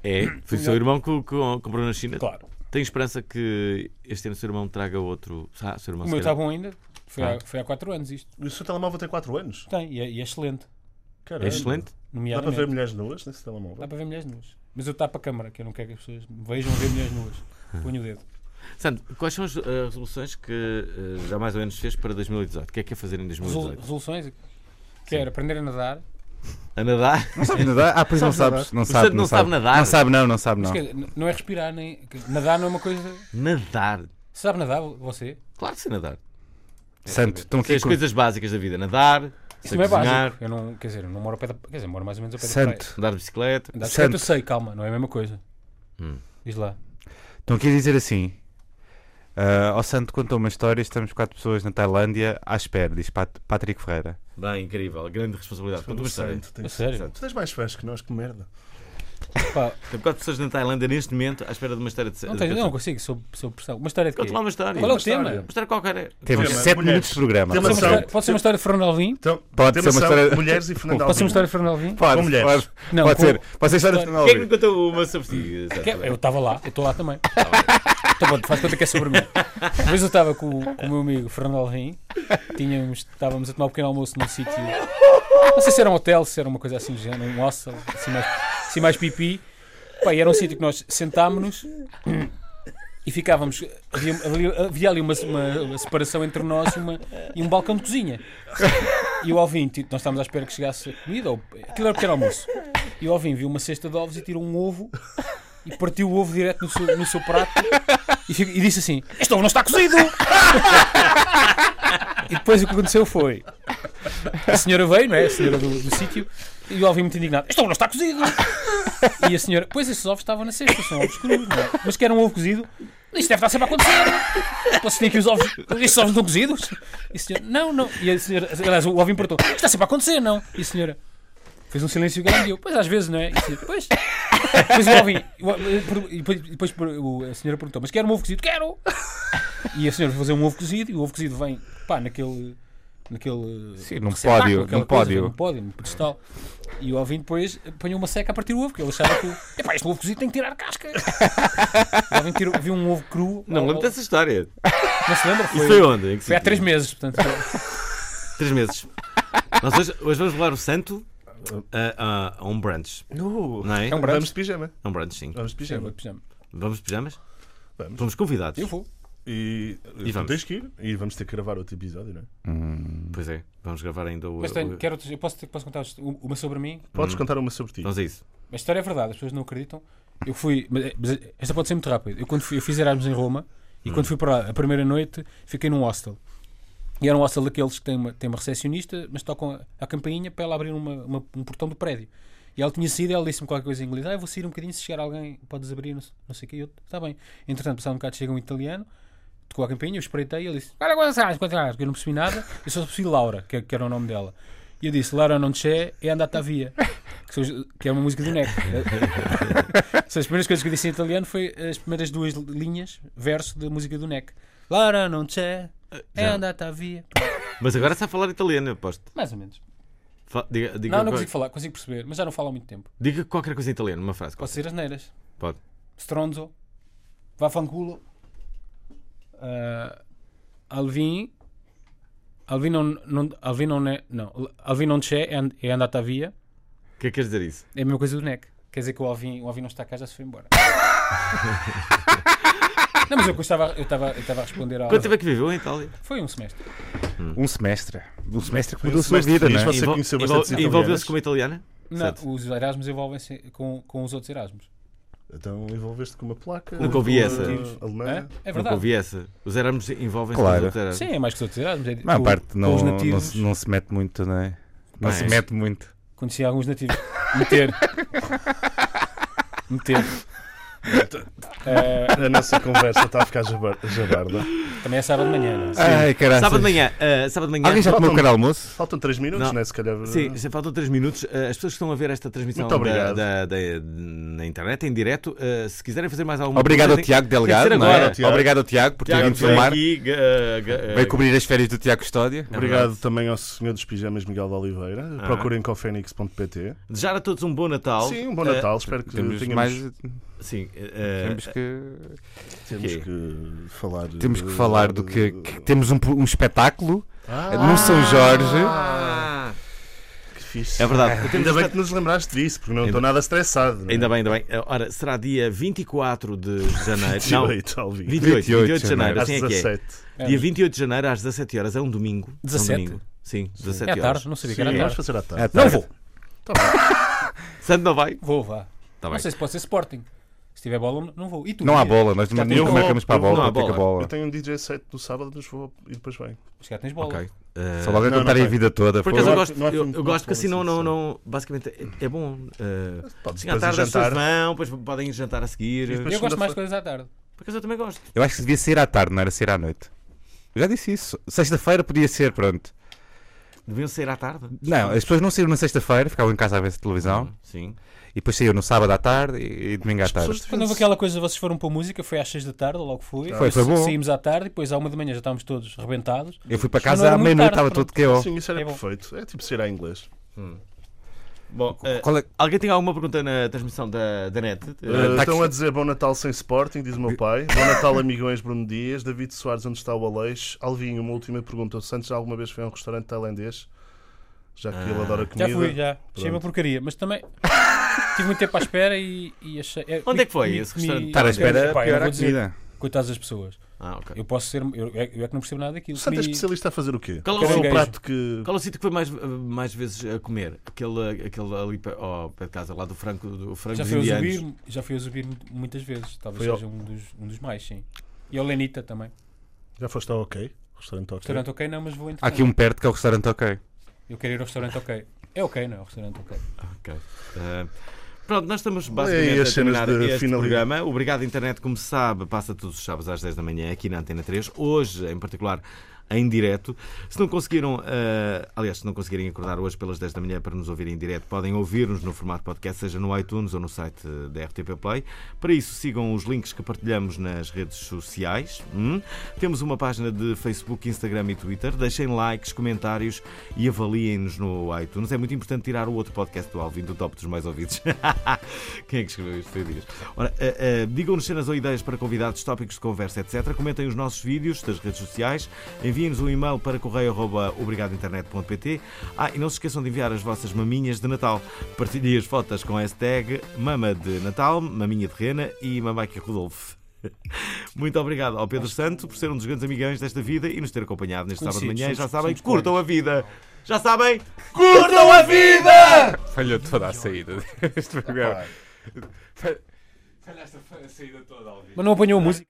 B: É. Foi o seu irmão que, o- que o comprou na China.
D: Claro.
B: Tem esperança que este ano o seu irmão traga outro. Ah, o seu irmão
D: O meu
B: se
D: está
F: tá
B: calhar-
D: bom ainda. Foi, há, foi há 4 anos isto.
C: E O seu telemóvel tem 4 anos?
D: Tem, e é, e é excelente.
C: Caramba.
B: É excelente.
C: Dá para
D: Nomeadamente.
C: ver mulheres nuas nesse telemóvel?
D: mulheres nuas. Mas eu tapo a câmara, que eu não quero que as pessoas me vejam ver mulheres nuas. Ponho o dedo.
B: Santo, quais são as eh, resoluções que eh, já mais ou menos fez para 2018? O que é que é fazer em
D: Resol-
B: 2018?
D: Resoluções? Quero aprender a nadar.
B: A nadar?
A: Não sabe nadar? Ah, pois não sabes. Não
B: Portanto,
A: sabe,
B: não sabe nadar.
A: Não sabe, não, não sabe,
D: Mas
A: não.
D: quer dizer, n- não é respirar, nem. que Nadar não é uma coisa.
B: Nadar.
D: Sabe nadar, você?
B: Claro que sei nadar.
A: Santo, estão aqui
B: Sei as
A: com...
B: coisas básicas da vida. Nadar,
D: Isso
B: sei
D: não é
B: cozinhar,
D: básico. Eu não, quer dizer, eu não moro ao pé da. Quer dizer, moro mais ou menos ao pé da praia.
A: Santo,
B: andar de bicicleta.
D: Andar de bicicleta eu
A: Santo.
D: sei, calma, não é a mesma coisa.
B: Hum.
D: Diz lá.
A: estão aqui a dizer assim. ah, Ó Santo contou uma história, estamos quatro pessoas na Tailândia à espera, diz Pat- Patrick Ferreira.
B: Bem, incrível. Grande responsabilidade. Conta uma história.
C: Santo, tem-
D: A É sério?
C: Tu tens mais fãs que nós, que merda.
D: Pá,
B: Tem quatro pessoas na Tailândia neste momento à espera de uma história de.
D: não, tenho, eu não consigo, sou, sou pressão. Uma história de quê?
B: Conta lá uma história.
D: Qual é o
B: Uma
D: tema?
B: história qualquer. é.
A: Temos
C: Tema,
A: sete
C: mulheres.
A: minutos de programa.
C: Tema
D: Pode ser uma
C: Atenção.
D: história- Pode ser uma história de Fernando Alvim?
C: Então,
A: Pode
C: temos
A: ser uma
C: são
A: história-
C: mulheres e Fernando
D: Pode ser uma
C: Alvim.
D: história de Fernando Alvim?
A: Pode,
C: Com mulheres.
A: pode,
D: Não,
A: pode
D: com-
A: ser. Pode ser história de Fernando
B: Quem é que me
A: Alvim.
B: contou uma sobre ti? Santo?
D: Que- é, Eu estava lá, eu estou lá também. Então, pronto, faz conta que é sobre mim. Uma vez eu estava com, com o meu amigo Fernando Alvim, tínhamos, estávamos a tomar um pequeno almoço num sítio. Não sei se era um hotel, se era uma coisa assim, do género, um hostel, assim mais, assim mais pipi. Pá, e era um sítio que nós sentámos-nos e ficávamos. Havia, havia- havia ali uma, uma- uma separação entre nós e, uma- e um balcão de cozinha. E o Alvin, tipo, nós estávamos à espera que chegasse a comida, ou, aquilo era um pequeno almoço. E o Alvin viu uma cesta de ovos e tirou um ovo e partiu o ovo direto no seu, no seu prato e, fica- e disse assim: Este ovo não está cozido! e depois o que aconteceu foi: a senhora veio, não é? A senhora do, do sítio, e o Alvin muito indignado: Este ovo não está cozido! E a senhora, pois esses ovos estavam na cesta, são ovos crus, não é? Mas que era um ovo cozido. Isto deve estar sempre a acontecer. Então, Posso ter aqui os ovos. Estes ovos não estão cozidos? E a senhora, não, não. E a senhora, aliás, o Alvin perguntou: Isto está sempre a acontecer, não? E a senhora, fez um silêncio grande e eu, pois às vezes, não é? E a senhora, pois. Depois o Alvin, o- o- e depois, depois o- a senhora perguntou: Mas quer um ovo cozido? Quero! E a senhora foi fazer um ovo cozido e o ovo cozido vem, pá, naquele. naquele
A: Sim,
B: Um
A: num
D: receptáculo,
A: pódio,
D: é aquela
A: num
D: coisa, assim.
A: pódio.
D: Num pódio, num pedestal. E o Alvin depois apanhou uma seca a partir do ovo, porque ele achava que. o- Epá, este ovo cozido tem que tirar a casca! o Alvin tirou, viu um ovo cru.
B: Não me lembro dessa história.
D: Não se lembra?
B: Isso foi onde? Em que
D: Foi há
B: sítio?
D: três meses, portanto.
B: Três meses. Nós hoje, hoje vamos levar o Santo a, a- a um brunch.
C: No.
B: Não é?
D: É um branco.
C: Vamos de pijama.
B: É um brunch, sim.
C: Vamos de
D: Sim,
C: pijama.
D: vou de pijama.
B: Vamos de pijamas?
C: Vamos.
B: Fomos convidados.
D: Eu vou.
C: E,
B: E vamos.
C: tens que ir. E vamos ter que gravar outro episódio, não é?
B: Pois é, vamos gravar ainda o.
D: Mas tenho,
B: o-
D: quero outros- eu posso, ter- posso contar um- uma sobre mim?
C: Podes contar uma sobre ti.
B: Hum. Vamos a isso.
D: A história é verdade, as pessoas não acreditam. Eu fui, mas, eh, mas esta pode ser muito rápida. Eu quando fui, eu fiz Erasmus em Roma e quando fui para lá, a primeira noite, fiquei num hostel. E era um hostel daqueles que tem uma, tem uma recepcionista, mas tocam a, a campainha para ela abrir uma- uma- um portão do prédio. E ela tinha saído, ela disse-me qualquer coisa em inglês. Ah, eu vou sair um bocadinho, se chegar alguém, podes abrir, não, sei- não sei o que. Eu, está bem. Entretanto, passado um bocado, chega um italiano, tocou a campainha, eu espreitei e ele disse: Para quantas horas, quantas horas? Porque eu não percebi nada, eu só percebi Laura, que, que era o nome dela. E eu disse: Laura non c'è e é andata via, que, são os- que é uma música do Neco. São as primeiras coisas que eu disse em italiano foi as primeiras duas linhas, verso da música do Neco. Laura non c'è e
B: Ah, Já.
D: andata via.
B: Mas agora está a falar italiano, eu aposto.
D: Mais ou menos.
B: Fa- Diga, diga,
D: Não, não
B: qual-
D: consigo falar, consigo perceber, mas já não falo há muito tempo.
B: diga qualquer coisa em italiano, uma frase.
D: Posso dizer as neiras.
B: Pode.
D: Stronzo, Vafanculo, eh, Alvin, Alvin non, non- Alvin non è, não, Alvin non c'è e and- e è andata via,
B: O que é que queres dizer isso?
D: é a mesma coisa do NEC. Quer dizer que o Alvin, o Alvin não está cá, já se foi embora. não, mas eu estava, eu estava, eu estava a responder ao...
B: Quanto tempo é que viveu em Itália?
D: Foi um semestre.
A: Um semestre. Um semestre que
C: Foi um
A: mudou a sua
C: semestre
A: vida,
C: feliz,
A: não é?
C: você
B: Envol-
C: conheceu
B: envol-
C: bastantes italianas?
B: Envolveu-se com uma italiana?
D: Não,
B: Certo.
D: os Erasmus envolvem-se com, com os outros Erasmus.
C: Então envolveste com uma placa. um
B: Nunca ouvi essa.
C: Alemã.
D: É, é
B: Nunca
D: verdade.
B: ouvi essa. Os Erasmus envolvem-se
A: Claro.
B: com os outros
D: Sim, é mais que os outros Erasmus. É,
A: Não, a
D: com-
A: parte
D: com
A: não,
D: os
A: não se-
D: nativos.
A: não se mete muito, não é? Não
B: Pá,
A: se
B: é.
A: mete muito.
D: Conheci alguns nativos. Meter. Meter. Eh,
C: A nossa conversa está a ficar jabar- jabarda.
D: também é sábado de manhã. não é?
A: Ai, caralho.
B: Sábado de manhã. ah, sábado de manhã.
A: Alguém já comeu o pequeno almoço?
C: Faltam 3 minutos,
B: Não.
C: não é? Se calhar.
B: Sim, já faltam 3 minutos. Ah, As pessoas que estão a ver esta transmissão
C: Muito
B: da,
C: obrigado.
B: da- da- na internet, em direto, ah, se quiserem fazer mais alguma
A: Obrigado ao
B: coisa.
A: Tiago Delegado,
B: ser
A: não
B: agora,
A: é?
C: Tiago.
A: Obrigado ao Tiago por ter
B: Tiago,
A: vindo filmar.
B: aqui, ah, ah, ah,
A: Veio cobrir as férias do Tiago Custódio.
C: Obrigado também ao senhor dos pijamas Miguel de Oliveira. Procurem com fenix.pt.
B: Desejar a todos um bom Natal.
C: Sim, um bom Natal. Espero que
A: Temos
C: tenhamos,
A: mais.
B: Ah, sim, ah,
A: Temos que.
C: temos
B: Ok.
C: que falar.
A: Temos que
C: eh,
A: falar do que, que temos um, um espetáculo
C: Ah,
A: no São Jorge.
B: ah,
C: que fixe.
B: é
D: Ah.
B: verdade. Temos
C: Ainda bem que nos lembraste disso, porque não estou nada estressado. não é?
B: Ainda bem, ainda bem. Ah, Ora, será dia 24 de janeiro. não, 28,
C: 18 ao vivo.
B: 28,
A: 28
B: de janeiro.
C: Às
B: Assim é que é.
C: 17.
D: É.
B: Dia 28 de janeiro às 17 horas, é um domingo. É um
D: 17?
B: domingo. Sim, 17
D: É à
B: horas.
D: tarde, não sabia que era
C: Sim,
D: à
C: vamos
D: tarde.
C: fazer à tarde.
A: Não vou.
B: Santo não vai?
D: Vou, vá.
B: Tá
D: Não
B: bem.
D: sei se pode ser Sporting. Se tiver bola, não vou. E tu?
A: Não há
D: Miguel?
A: bola, nós
D: Já
A: nem
D: tem
A: marcamos é para a
B: Não há
A: bola, fica a
B: bola.
A: bola.
C: Eu tenho um DJ set do sábado, mas vou e depois venho.
D: Se calhar tens bola.
B: Ok. Ah,
A: Só logo a
C: Não,
A: contar
C: não
A: a
C: tem.
A: vida toda.
B: Por
A: fogo.
B: acaso eu
C: Não
B: gosto,
C: é- não é
B: eu,
C: filme
B: eu gosto que assim não, não,
C: comercial.
B: não basicamente é- é bom. Uh,
C: Pode
B: sim, à tarde as pessoas vão, depois podem ir jantar a seguir.
C: E depois-
D: Eu gosto mais
C: segunda-feira.
D: de coisas à tarde.
B: Por acaso eu também gosto.
A: Eu acho que devia ser à tarde, não era ser à noite. Eu já disse isso. Sexta-feira podia ser, pronto.
B: Deviam sair à tarde.
A: Não, as pessoas não saíram na sexta-feira, ficavam em casa a ver televisão.
B: Sim.
A: E depois saíram no sábado à tarde e, e domingo à tarde.
D: Quando houve aquela coisa, vocês foram para a música, foi às 6 da tarde, logo fui.
A: Foi, foi bom.
D: Saímos à tarde, depois à 1 da manhã já estávamos todos rebentados.
A: Eu fui para
D: Mas não
A: casa
D: era
A: à
D: muito
A: meia-noite,
D: tarde,
A: estava todo que
C: Sim, isso era
D: É bom.
C: perfeito. É tipo ser à inglês.
B: Bom, ah,
A: Qual é...
B: alguém tem alguma pergunta na transmissão da, da net?
C: Eh,
A: tá
C: estão
A: que-
C: a dizer Bom Natal sem Sporting, diz o meu pai. Bom Natal, amigões, Bruno Dias. David Soares, onde está o Aleixo? Alvinho, uma última pergunta. O Santos já alguma vez foi a um restaurante tailandês? Já que ele adora comida.
D: Já fui, já. Achei uma porcaria, mas também tive muito tempo à espera e, e achei.
B: Onde é que foi esse restaurante?
A: Estar à espera,
D: Pá, eu
A: pior
D: vou
A: a
D: dizer.
A: comida.
D: Coitados das pessoas.
B: Ah, ok.
D: Eu posso ser. Eu, eu é que não percebo nada daquilo.
C: O Santos é
D: Comi-
C: especialista a fazer o quê?
B: Qual é o
C: Qual é o
D: queijo?
C: prato que.
B: Qual é o sítio que foi mais, mais vezes a comer? Aquele, aquele ali pe- ao pé de casa, lá do Franco, do Franco
D: Já
B: dos
D: fui a
B: Indianos.
D: Zubir, já fui a Zubir mu- muitas vezes. Talvez
C: Foi ao-
D: seja um dos, um dos mais, sim. E ao Lenita também.
C: Já foste ao OK? Restaurante OK?
D: Restaurante ok, não, mas vou
A: Há
D: entrar.
A: aqui um perto que é o restaurante ok.
D: Eu quero ir ao restaurante ok. É ok, não é? O restaurante ok.
B: Ok. Ah, pronto, nós estamos basicamente
C: E
B: a
C: as cenas
B: terminar
C: de
B: este
C: finali-
B: programa. Obrigado, internet. Como se sabe, passa todos os sábados às 10 da manhã aqui na Antena 3. Hoje, em particular, em direto. Se não conseguiram, ah, aliás, se não conseguirem acordar hoje pelas 10 da manhã para nos ouvir em direto, podem ouvir-nos no formato podcast, seja no iTunes ou no site da RTP Play. Para isso, sigam os links que partilhamos nas redes sociais. Hum? Temos uma página de Facebook, Instagram e Twitter. Deixem likes, comentários e avaliem-nos no iTunes. É muito importante tirar o outro podcast do Alvin do top dos mais ouvidos. Quem é que escreveu isto? Foi o Dias. Ora, ah, ah, digam-nos cenas ou ideias para convidados, tópicos de conversa, etc. Comentem os nossos vídeos das redes sociais. Enviem-nos um e-mail para correio.obrigadointernet.pt Ah, e não se esqueçam de enviar as vossas maminhas de Natal. Partilhem as fotos com a hashtag mama de Natal, maminha de rena e mamaica Rodolfo. Muito obrigado ao Pedro Santo por ser um dos grandes amigães desta vida e nos ter acompanhado neste sábado de
D: Conhecidos,
B: manhã. E Já
D: somos-
B: sabem,
D: somos
B: curtam a vida. Já sabem, curtam a vida!
A: Falhou toda a saída deste programa. Falhaste a saída toda, Alvin.
D: Mas não apanhou a música.